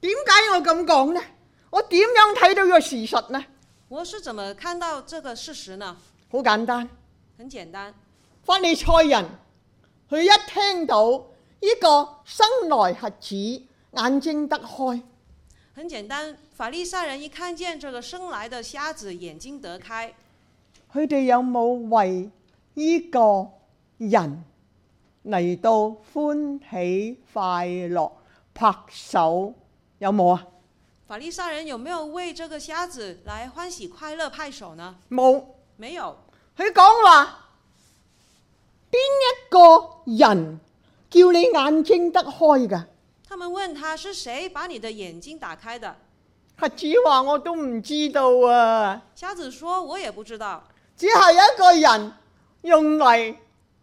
[SPEAKER 1] 點解我咁講呢？我點樣睇到呢個事實呢？
[SPEAKER 2] 我是怎么看到这个事实呢？
[SPEAKER 1] 好簡單，
[SPEAKER 2] 很简单，
[SPEAKER 1] 法利賽人佢一聽到呢個生來瞎子，眼睛得開，
[SPEAKER 2] 很简单。法利赛人一看见这个生来的瞎子眼睛得开，
[SPEAKER 1] 佢哋有冇為呢個人嚟到歡喜快樂拍手？有冇啊？
[SPEAKER 2] 法利赛人有没有为这个瞎子来欢喜快乐拍手呢？
[SPEAKER 1] 冇。
[SPEAKER 2] 没有。
[SPEAKER 1] 佢講話邊一個人叫你眼睛得開㗎？
[SPEAKER 2] 他们问他是谁把你的眼睛打开的？
[SPEAKER 1] 瞎子話我都唔知道啊，
[SPEAKER 2] 瞎子说：“我也不知道，
[SPEAKER 1] 只係一個人用嚟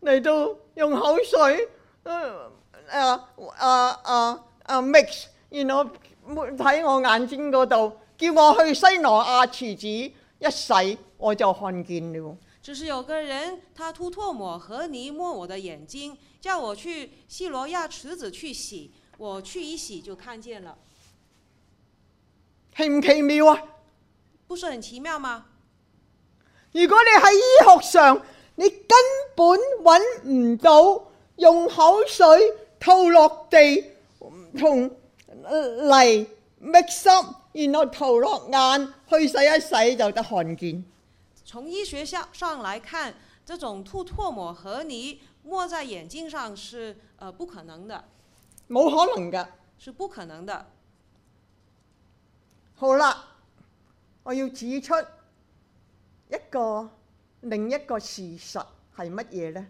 [SPEAKER 1] 嚟到用口水，呃誒誒誒誒誒呃 mix，然後抹喺我眼睛嗰度，叫我去西羅亞池子一洗，我就看見了。
[SPEAKER 2] 只是有个人他吐唾沫和泥摸我的眼睛，叫我去西罗亚池子去洗。我去一洗就看见了，
[SPEAKER 1] 奇唔奇妙啊？
[SPEAKER 2] 不是很奇妙吗？
[SPEAKER 1] 如果你喺醫學上，你根本揾唔到用口水吐落地同泥 mix up，然後吐落眼去洗一洗就得看見。
[SPEAKER 2] 从医学上上来看，这种吐唾沫和泥抹在眼睛上是呃不可能的，
[SPEAKER 1] 冇可能㗎。
[SPEAKER 2] 是不可能的。
[SPEAKER 1] 好啦，我要指出一個另一個事實係乜嘢呢？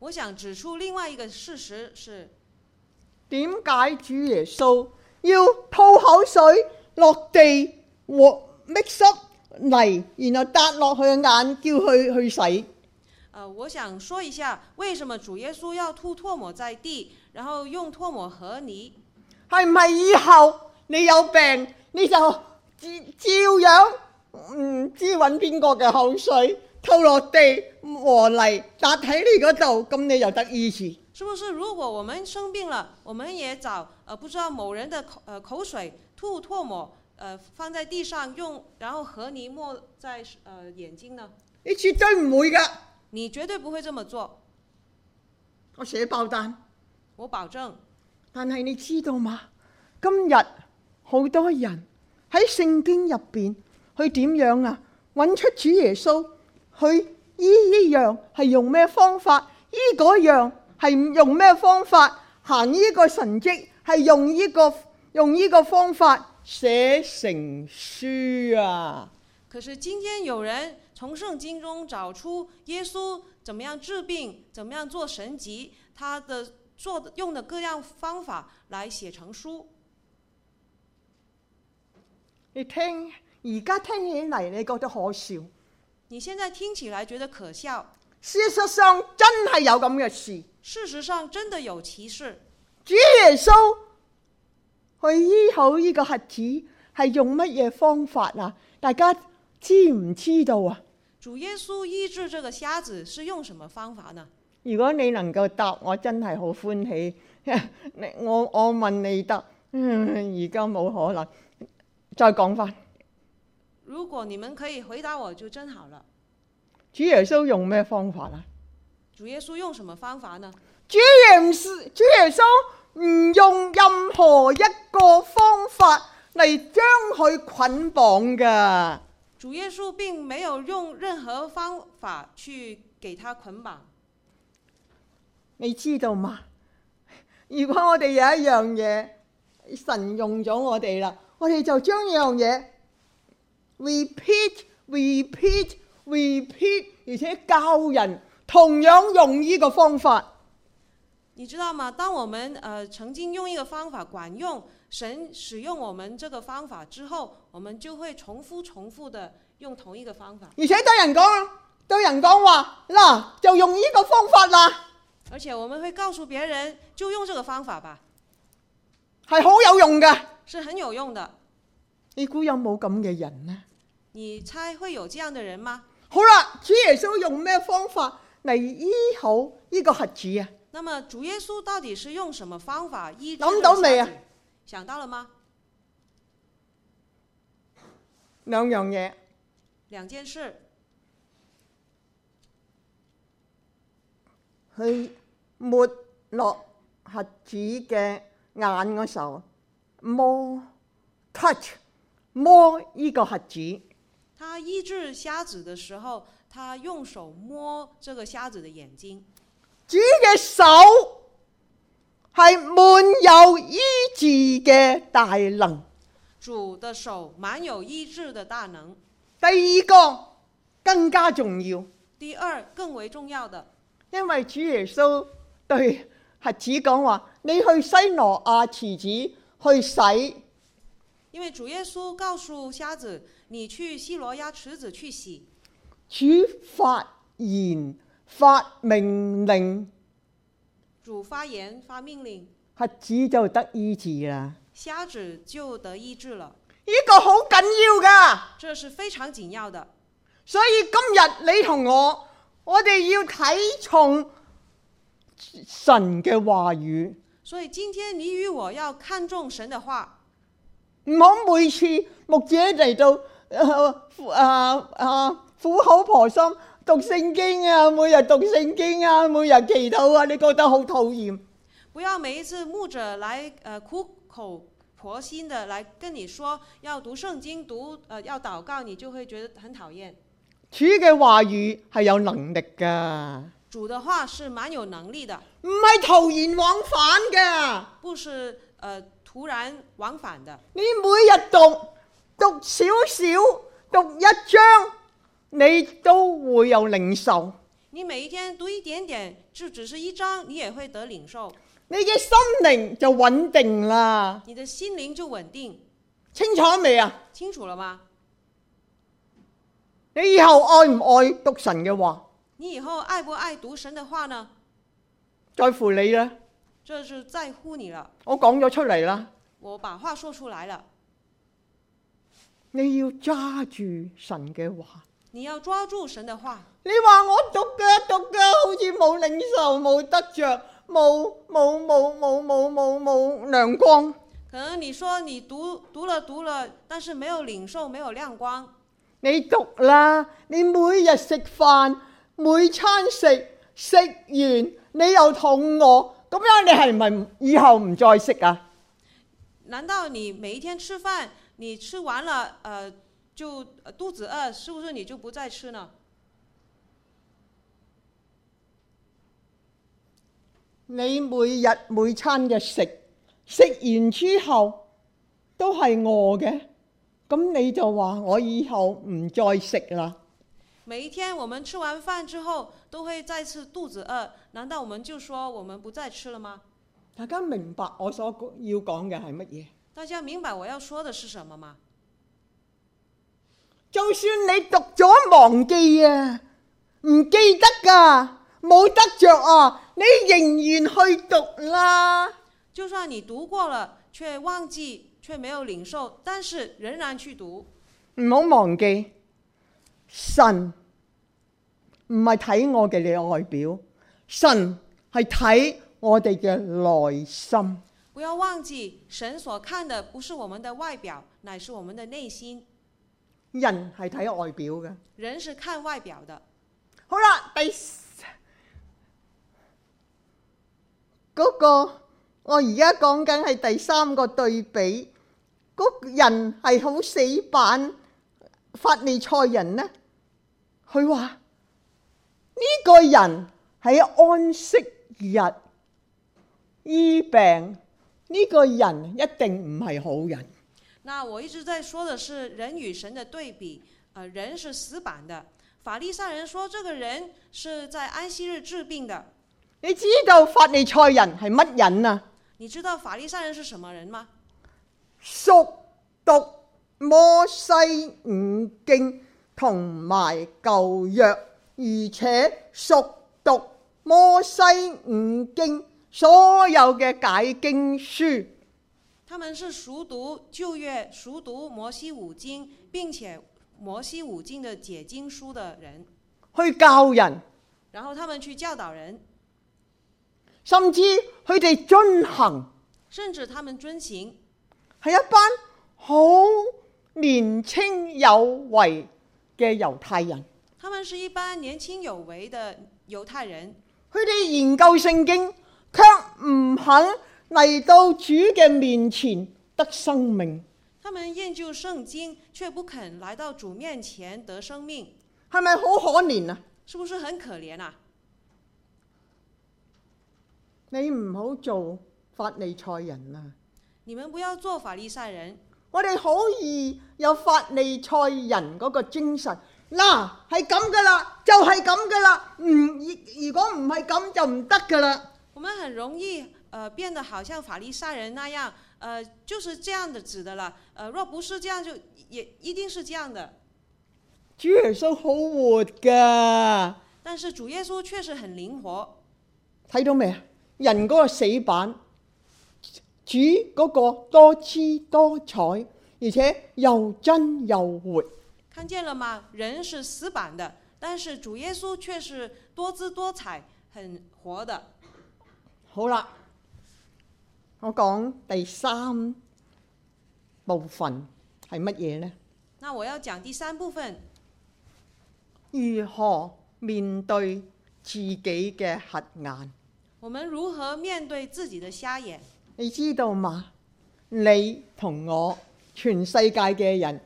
[SPEAKER 2] 我想指出另外一個事實是，
[SPEAKER 1] 點解主耶穌要吐口水落地和 mix up 泥，然後搭落佢嘅眼，叫佢去洗？
[SPEAKER 2] 呃，我想說一下為什麼主耶穌要吐唾沫在地，然後用唾沫和泥。
[SPEAKER 1] 係唔係以後你有病你就照照樣唔知揾邊個嘅口水吐落地和泥搭喺你嗰度，咁你就得醫治？
[SPEAKER 2] 是不是如果我们生病了，我们也找呃不知道某人的口呃口水吐唾沫呃放在地上用，然後和泥抹在呃眼睛呢？
[SPEAKER 1] 你絕對唔會㗎！
[SPEAKER 2] 你絕對不會這麼做，
[SPEAKER 1] 我寫爆單。
[SPEAKER 2] 我保證。
[SPEAKER 1] 但係你知道嘛？今日好多人喺聖經入邊，佢點樣啊？揾出主耶穌，佢依呢樣係用咩方法？依嗰樣係用咩方法？行呢個神蹟係用呢、個用呢個方法寫成書啊！
[SPEAKER 2] 可是今天有人從聖經中找出耶穌怎麼樣治病，怎麼樣做神蹟，他的做的用的各樣方法來寫成書。
[SPEAKER 1] 你聽而家聽起嚟，你覺得可笑。
[SPEAKER 2] 你現在聽起來覺得可笑，
[SPEAKER 1] 事實上真係有咁嘅事。
[SPEAKER 2] 事實上真的有其事。
[SPEAKER 1] 主耶穌佢醫好呢個瞎子係用乜嘢方法啊？大家知唔知道啊？
[SPEAKER 2] 主耶穌醫治這個瞎子是用什麼方法呢？
[SPEAKER 1] 如果你能夠答，我真係好歡喜。 [LAUGHS] 你我我問你答，嗯而家冇可能。再講翻，
[SPEAKER 2] 如果你們可以回答我就真好了。
[SPEAKER 1] 主耶穌用咩方法啊？
[SPEAKER 2] 主耶穌用什麼方法呢？
[SPEAKER 1] 主耶穌主耶穌唔用任何一個方法嚟將佢捆綁㗎。
[SPEAKER 2] 主耶穌並沒有用任何方法去給他捆綁。
[SPEAKER 1] 你知道嘛？如果我哋有一樣嘢，神用咗我哋啦，我哋就將呢樣嘢 repeat、repeat、repeat，而且教人同樣用呢個方法。
[SPEAKER 2] 你知道嗎？當我們呃曾經用一個方法管用，神使用我們這個方法之後，我們就會重複重複的用同一個方法，
[SPEAKER 1] 而且對人講，對人講話嗱，就用呢個方法啦，
[SPEAKER 2] 而且我們會告訴別人就用這個方法吧，
[SPEAKER 1] 係好有用嘅。
[SPEAKER 2] 是很有用的。
[SPEAKER 1] 你估有冇咁嘅人呢？
[SPEAKER 2] 你猜會有這樣的人嗎？
[SPEAKER 1] 好啦，主耶穌用咩方法嚟醫好呢個瞎子啊？
[SPEAKER 2] 那麼主耶穌到底是用什麼方法醫治？
[SPEAKER 1] 諗到未啊？
[SPEAKER 2] 想到了嗎？
[SPEAKER 1] 兩樣嘢。
[SPEAKER 2] 兩件事，
[SPEAKER 1] 佢沒落核子嘅眼嗰時候，摸 touch 摸呢個核子，
[SPEAKER 2] 他醫治瞎子的時候，他用手摸這個瞎子的眼睛。
[SPEAKER 1] 主嘅手係滿有醫治嘅大能。
[SPEAKER 2] 主的手滿有醫治的大能。
[SPEAKER 1] 第二個更加重要，
[SPEAKER 2] 第二，更為重要的，
[SPEAKER 1] 因為主耶穌對核子講話：你去西羅亞池子去洗。
[SPEAKER 2] 因為主耶穌告訴瞎子，你去西羅亞池子去洗。
[SPEAKER 1] 主發言發命令，
[SPEAKER 2] 主發言發命令，
[SPEAKER 1] 核子就得醫治啦。
[SPEAKER 2] 瞎子就得醫治了，
[SPEAKER 1] 呢個好緊要㗎，
[SPEAKER 2] 這是非常緊要的。
[SPEAKER 1] 所以今日你同我，我哋要睇重神嘅話語，
[SPEAKER 2] 所以今天你與我要看重神的話，
[SPEAKER 1] 唔好每次牧者嚟到呃啊啊苦口婆心讀聖經啊，每日讀聖經啊，每日祈禱啊，你覺得好討厭。
[SPEAKER 2] 不要每一次牧者來呃苦口婆心的來跟你說要讀聖經、讀呃要禱告，你就會覺得很討厭。
[SPEAKER 1] 主嘅話語係有能力㗎，
[SPEAKER 2] 主的話是蠻有能力的，
[SPEAKER 1] 唔係徒然往返㗎。
[SPEAKER 2] 不是呃突然往返的。
[SPEAKER 1] 你每日讀讀少少，讀一章，你都會有領受。
[SPEAKER 2] 你你每一天读一点点，就只是一章，你也会得领受，
[SPEAKER 1] 你嘅心靈就穩定啦。
[SPEAKER 2] 你的心灵就稳定。
[SPEAKER 1] 清楚未啊？
[SPEAKER 2] 清楚了嗎？
[SPEAKER 1] 你以後愛唔愛讀神嘅話，
[SPEAKER 2] 你以后爱不爱读神的话呢？
[SPEAKER 1] 在乎你啦。
[SPEAKER 2] 这是在乎你了。
[SPEAKER 1] 我講咗出嚟啦，
[SPEAKER 2] 我把话说出来了，
[SPEAKER 1] 你要揸住神嘅話。
[SPEAKER 2] 你要抓住神的话。
[SPEAKER 1] 你話我讀嘅讀嘅，好似冇領受、冇得着、冇冇冇冇冇冇冇亮光。
[SPEAKER 2] 可能你说你读读了读了，但是没有领受，没有亮光。
[SPEAKER 1] 你讀啦，你每日食飯，每餐食，食完你又肚餓，咁樣你係咪以後唔再食啊？
[SPEAKER 2] 难道你每一天吃饭，你吃完了，呃，就呃肚子饿，是不是你就不再吃呢？
[SPEAKER 1] 你每日每餐嘅食，食完之後都係餓嘅，咁你就話我以後唔再食啦。
[SPEAKER 2] 每一天我们吃完饭之后，都会再次肚子饿，难道我们就说我们不再吃了吗？
[SPEAKER 1] 大家明白我所要講嘅係乜嘢？
[SPEAKER 2] 大家明白我要说的是什么吗？
[SPEAKER 1] 就算你讀咗忘記啊，唔記得㗎，冇得着啊，你仍然去讀啦。
[SPEAKER 2] 就算你读过了，却忘记，却没有领受，但是仍然去读。
[SPEAKER 1] 唔好忘記，神唔係睇我哋嘅外表，神係睇我哋嘅內心。
[SPEAKER 2] 不要忘记，神所看的不是我们的外表，乃是我们的内心。
[SPEAKER 1] 人係睇外表嘅。
[SPEAKER 2] 人是看外表的。
[SPEAKER 1] 好啦，第四嗰、個我而家講緊係第三個對比，嗰、人係好死板，法利賽人呢，佢話呢個人喺安息日醫病，呢、個人一定唔係好人。
[SPEAKER 2] 那我一直在说的是人与神的对比，呃，人是死板的。法利赛人说这个人是在安息日治病的。
[SPEAKER 1] 你知道法利賽人係乜人啊？
[SPEAKER 2] 你知道法利赛人是什么人吗？
[SPEAKER 1] 熟讀摩西五經同埋舊約，而且熟讀摩西五經所有嘅解經書。
[SPEAKER 2] 他们是熟读旧约、熟读摩西五经，并且摩西五经的解经书的人，
[SPEAKER 1] 去教人，
[SPEAKER 2] 然后他们去教导人，
[SPEAKER 1] 甚至佢哋遵行，
[SPEAKER 2] 甚至他们遵行。
[SPEAKER 1] 係一班好年青有為嘅猶太人。
[SPEAKER 2] 他们是一般年轻有为的犹太人，
[SPEAKER 1] 佢哋研究聖經，卻唔肯嚟到主嘅面前得生命。
[SPEAKER 2] 他们研究圣经，却不肯来到主面前得生命，
[SPEAKER 1] 係咪好可憐啊？
[SPEAKER 2] 是不是很可怜啊？
[SPEAKER 1] 你唔好做法利賽人啊！
[SPEAKER 2] 你们不要做法利赛人，
[SPEAKER 1] 我哋好易有法利賽人嗰個精神。嗱，係咁噶啦，就係咁噶啦。唔如如果唔係咁就唔得噶啦。
[SPEAKER 2] 我们很容易呃变得好像法利赛人那样，呃就是这样的指的了，呃若不是这样就也一定是这样的。
[SPEAKER 1] 主耶穌好活噶，
[SPEAKER 2] 但是主耶稣确实很灵活，
[SPEAKER 1] 睇到未啊？人嗰個死板，主嗰個多姿多彩，而且又真又活。
[SPEAKER 2] 看见了吗？人是死板的，但是主耶稣却是多姿多彩、很活的。
[SPEAKER 1] 好啦，我講第三部分係乜嘢呢？
[SPEAKER 2] 那我要讲第三部分，
[SPEAKER 1] 如何面對自己嘅核眼？
[SPEAKER 2] 我们如何面对自己的瞎眼？
[SPEAKER 1] 你知道嗎？你同我全世界嘅人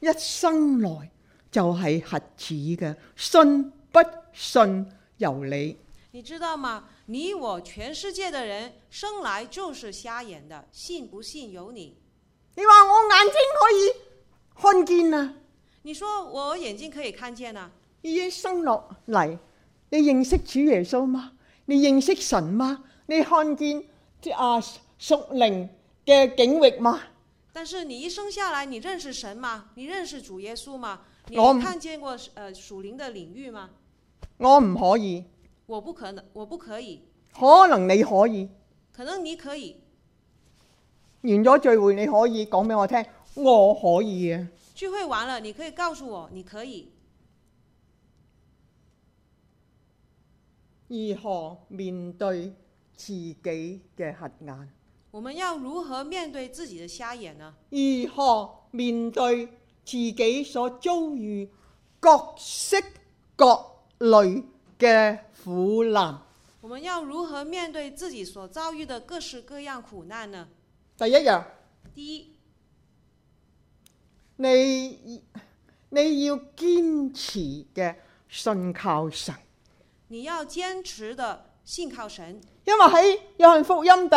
[SPEAKER 1] 一生來就係核子嘅，信不信由你。
[SPEAKER 2] 你知道吗？你我全世界的人生来就是瞎眼的，信不信由你。
[SPEAKER 1] 你話我眼睛可以看見啊，
[SPEAKER 2] 你说我眼睛可以看见呐、啊
[SPEAKER 1] 已經生落嚟你認識主耶穌嗎？你認識神嗎？你看見啲啊屬靈嘅境域嗎？
[SPEAKER 2] 但是你一生下来，你认识神吗？你认识主耶稣吗？你
[SPEAKER 1] 我唔
[SPEAKER 2] 看见过呃属灵的领域吗？
[SPEAKER 1] 我唔可以，
[SPEAKER 2] 我不可能，我不可以，
[SPEAKER 1] 可能你可以。
[SPEAKER 2] 可能你可以。
[SPEAKER 1] 完咗聚會，你可以講俾我聽，我可以嘅。
[SPEAKER 2] 聚会完了，你可以告诉我你可以
[SPEAKER 1] 如何面對自己嘅核眼？
[SPEAKER 2] 我们要如何面对自己的瞎眼呢？
[SPEAKER 1] 如何面對自己所遭遇各式各類嘅苦難？
[SPEAKER 2] 我们要如何面对自己所遭遇的各式各样苦难呢？
[SPEAKER 1] 第一樣，
[SPEAKER 2] 第一，
[SPEAKER 1] 你你要堅持嘅信靠神，
[SPEAKER 2] 你要坚持的信靠神，
[SPEAKER 1] 因為喺約翰福音第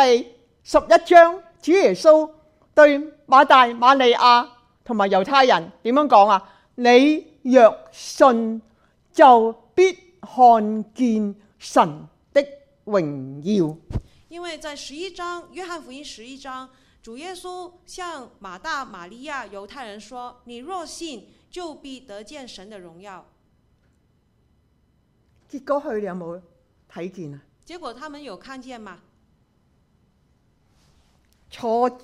[SPEAKER 1] 十一章，主耶穌對馬大、馬利亞同埋猶太人點樣講啊？你若信，就必看見神的榮耀。
[SPEAKER 2] 因为在十一章约翰福音十一章，主耶稣向马大、玛利亚犹太人说：“你若信，就必得见神的荣耀。
[SPEAKER 1] 結果佢哋有冇睇見啊？”
[SPEAKER 2] 结果他们有看见吗？
[SPEAKER 1] 坐在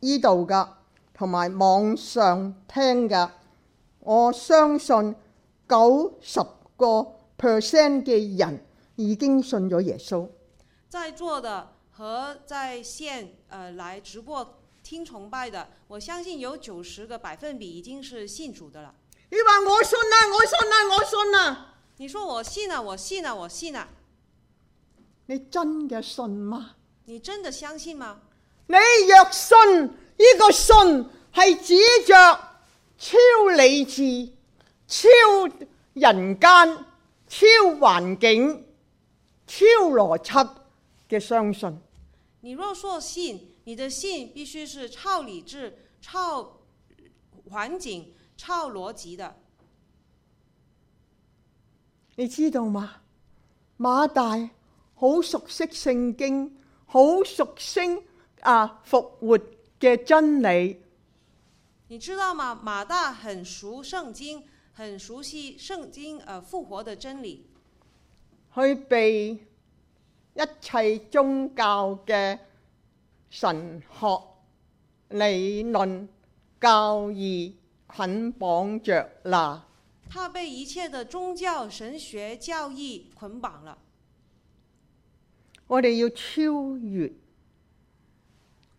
[SPEAKER 1] 呢度噶，同埋網上聽噶，我相信九十個 percent 嘅人已經信咗耶穌。
[SPEAKER 2] 在座的和在线呃来直播听崇拜的，我相信有九十个百分比已经是信主的了。
[SPEAKER 1] 你話我信啦、我信啦、我信啦、
[SPEAKER 2] 你说我信啊，我信啊，我信啊，
[SPEAKER 1] 你真嘅信嗎？
[SPEAKER 2] 你真的相信吗？
[SPEAKER 1] 你若信，呢、個信係指着超理智、超人間、超環境、超邏輯嘅相信。
[SPEAKER 2] 你若说信，你的信必须是超理智、超环境、超逻辑的。
[SPEAKER 1] 你知道嗎？馬大好熟悉聖經，好熟悉啊復活嘅真理。
[SPEAKER 2] 你知道吗？马大很熟圣经，很熟悉圣经呃复活的真理。
[SPEAKER 1] 佢被一切宗教嘅神學理論教義捆綁着嗱，
[SPEAKER 2] 他被一切的宗教、神学、教义捆绑了。
[SPEAKER 1] 我哋要超越，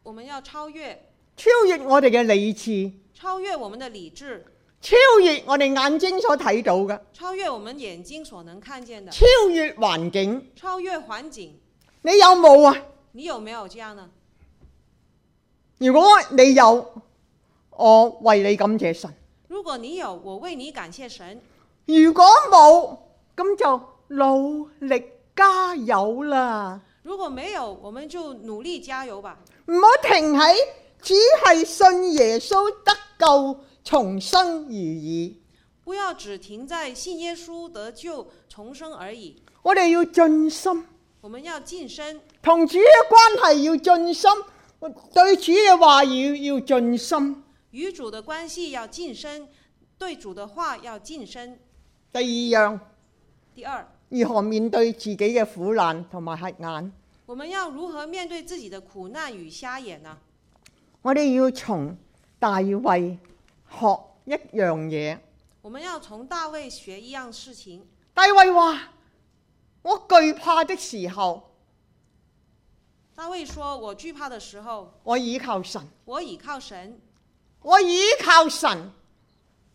[SPEAKER 2] 我们要超越，
[SPEAKER 1] 超越我哋嘅理智，
[SPEAKER 2] 超越我们的理智，
[SPEAKER 1] 超越我哋眼睛所睇到嘅，
[SPEAKER 2] 超越我们眼睛所能看见的，
[SPEAKER 1] 超越環境。
[SPEAKER 2] 超越环境。
[SPEAKER 1] 你有冇啊？
[SPEAKER 2] 你有没有这样呢？
[SPEAKER 1] 如果你有，我為你感謝神；
[SPEAKER 2] 如果你有，我为你感谢神；
[SPEAKER 1] 如果冇，咁就努力加油啦，
[SPEAKER 2] 如果没有，我们就努力加油吧，
[SPEAKER 1] 唔好停喺只係信耶穌得救重生而已。
[SPEAKER 2] 不要只停在信耶稣得救重生而已。
[SPEAKER 1] 我哋要盡心，
[SPEAKER 2] 我们要晋升，
[SPEAKER 1] 同主嘅關係要盡心，對主嘅話語要盡心。
[SPEAKER 2] 与主的关系要晋升，对主的话要晋升。
[SPEAKER 1] 第二樣，
[SPEAKER 2] 第二，
[SPEAKER 1] 如何面對自己嘅苦難同埋黑眼？
[SPEAKER 2] 我们要如何面对自己的苦难与瞎眼呢？
[SPEAKER 1] 我哋要從大衛學一樣嘢。
[SPEAKER 2] 我们要从大卫学一样事情。
[SPEAKER 1] 大卫话：我惧怕的时候，
[SPEAKER 2] 大卫说：“我惧怕的时候，
[SPEAKER 1] 我倚靠神；
[SPEAKER 2] 我倚靠神，
[SPEAKER 1] 我倚靠神，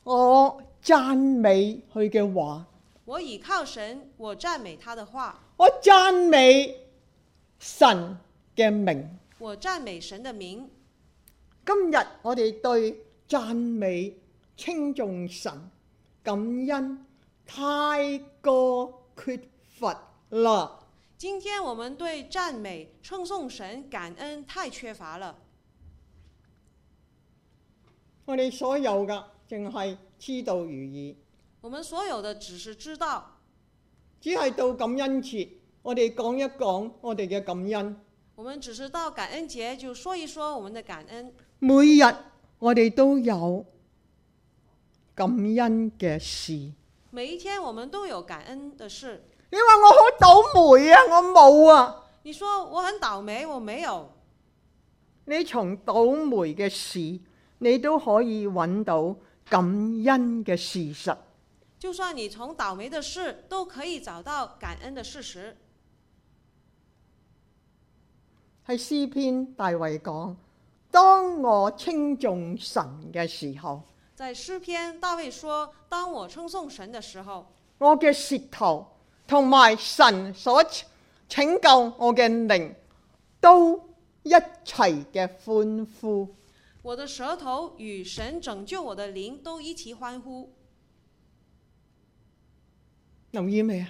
[SPEAKER 1] 我赞美佢嘅话，
[SPEAKER 2] 我倚靠神，我赞美他的话，
[SPEAKER 1] 我赞美神嘅名。
[SPEAKER 2] 我赞美神的名。”
[SPEAKER 1] 今日我哋對讚美、稱重神、感恩太過缺乏啦。
[SPEAKER 2] 今天我们对赞美、称颂神、感恩太缺乏了。
[SPEAKER 1] 我哋所有嘅淨係知道如意，
[SPEAKER 2] 我们所有的只是知道，
[SPEAKER 1] 只係到感恩節，我哋講一講我哋嘅感恩。
[SPEAKER 2] 我们只是到感恩节就说一说我们的感恩，
[SPEAKER 1] 每日我哋都有感恩嘅事。你
[SPEAKER 2] 每一天我们都有感恩的事。
[SPEAKER 1] 話我好倒霉啊，我冇啊。
[SPEAKER 2] 你说我很倒霉，我没有。
[SPEAKER 1] 你從倒霉嘅事，你都可以揾到感恩嘅事實。
[SPEAKER 2] 就算你从倒霉的事都可以找到感恩的事实，
[SPEAKER 1] 喺詩篇大衛講：當我稱頌神嘅時候，
[SPEAKER 2] 在诗篇大卫说：“当我称颂神的时候，
[SPEAKER 1] 我嘅舌頭同埋神所拯救我嘅靈都一齊嘅歡呼。
[SPEAKER 2] 我的舌头与神拯救我的灵都一齐欢呼。
[SPEAKER 1] 留意未啊？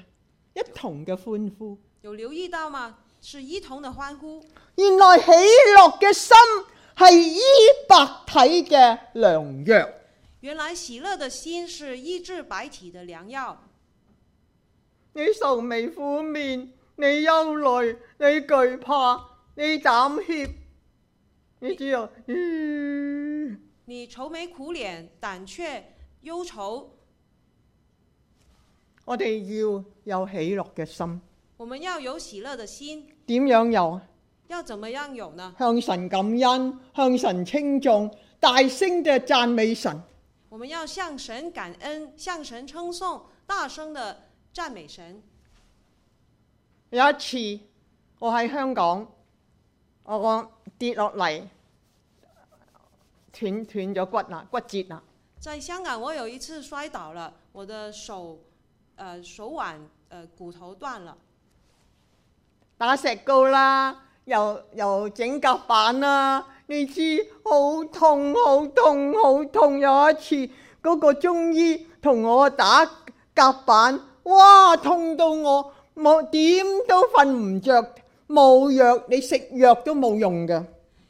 [SPEAKER 1] 一同嘅歡呼。”
[SPEAKER 2] 有留意到吗？是一同的欢呼。
[SPEAKER 1] 原來喜樂嘅心係醫百體嘅良藥。
[SPEAKER 2] 原来喜乐的心是医治百体的良药。
[SPEAKER 1] 你愁眉苦面，你憂慮，你懼怕，你膽怯，你知道，嗯
[SPEAKER 2] 你愁眉苦脸、胆怯、忧愁，
[SPEAKER 1] 我哋要有喜樂嘅心。
[SPEAKER 2] 我们要有喜乐的心，
[SPEAKER 1] 點樣有啊？
[SPEAKER 2] 要怎么样有呢？
[SPEAKER 1] 向神感恩，向神稱重，大聲嘅讚美神。
[SPEAKER 2] 我们要向神感恩，向神称颂，大声的赞美神。
[SPEAKER 1] 有一次，我喺香港，我跌落嚟，斷斷咗骨啦，骨折啦。
[SPEAKER 2] 在香港，我有一次摔倒了，我的手，呃，手腕，呃，骨头断了，
[SPEAKER 1] 打石膏啦，又又整甲板啦，你知好痛好痛好痛。有一次嗰、個中醫同我打甲板，哇，痛到我冇點都瞓唔着，冇藥你食藥都冇用嘅。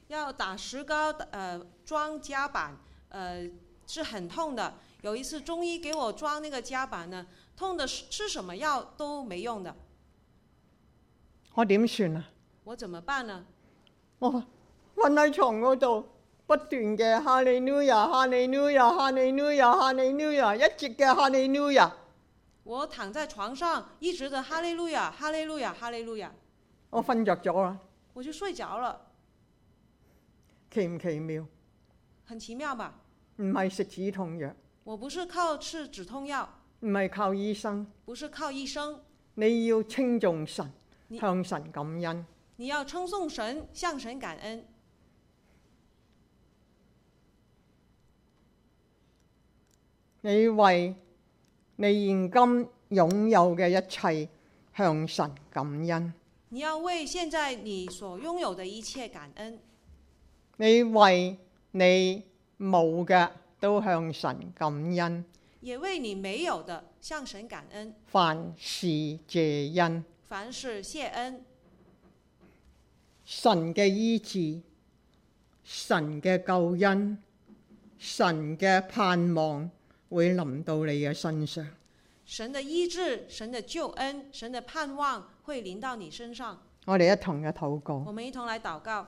[SPEAKER 2] 要打石膏，呃，装夹板，呃，是很痛的。有一次中医给我装那个夹板呢，痛的吃什么药都没用的，
[SPEAKER 1] 我點算啊？
[SPEAKER 2] 我怎么办呢？
[SPEAKER 1] 我瞓喺床嗰度，不斷嘅哈利路亞，哈利路亞，哈利路亞，哈利路亞，一直嘅哈利路亞。
[SPEAKER 2] 我躺在床上，一直的哈利路亚，哈利路亚，哈利路亚，
[SPEAKER 1] 我瞓着咗啊啦，
[SPEAKER 2] 我就睡着了，
[SPEAKER 1] 奇唔奇妙？
[SPEAKER 2] 很奇妙吧？
[SPEAKER 1] 唔係食止痛藥，
[SPEAKER 2] 我不是靠吃止痛藥，
[SPEAKER 1] 唔係靠醫生，
[SPEAKER 2] 不是靠医生，
[SPEAKER 1] 你要稱重神，
[SPEAKER 2] 你
[SPEAKER 1] 向神感恩。
[SPEAKER 2] 你要称颂神，向神感恩。
[SPEAKER 1] 你為你現今擁有嘅一切向神感恩，
[SPEAKER 2] 你要为现在你所拥有的一切感恩，
[SPEAKER 1] 你為你冇嘅都向神感恩，
[SPEAKER 2] 也为你没有的向神感恩。
[SPEAKER 1] 凡事謝恩。
[SPEAKER 2] 凡事谢恩，
[SPEAKER 1] 神嘅醫治、神嘅救恩、神嘅盼望會臨到你嘅身上。
[SPEAKER 2] 神的医治、神的救恩、神的盼望会临到你身上。
[SPEAKER 1] 我哋一同嘅禱告。
[SPEAKER 2] 我们一同来祷告。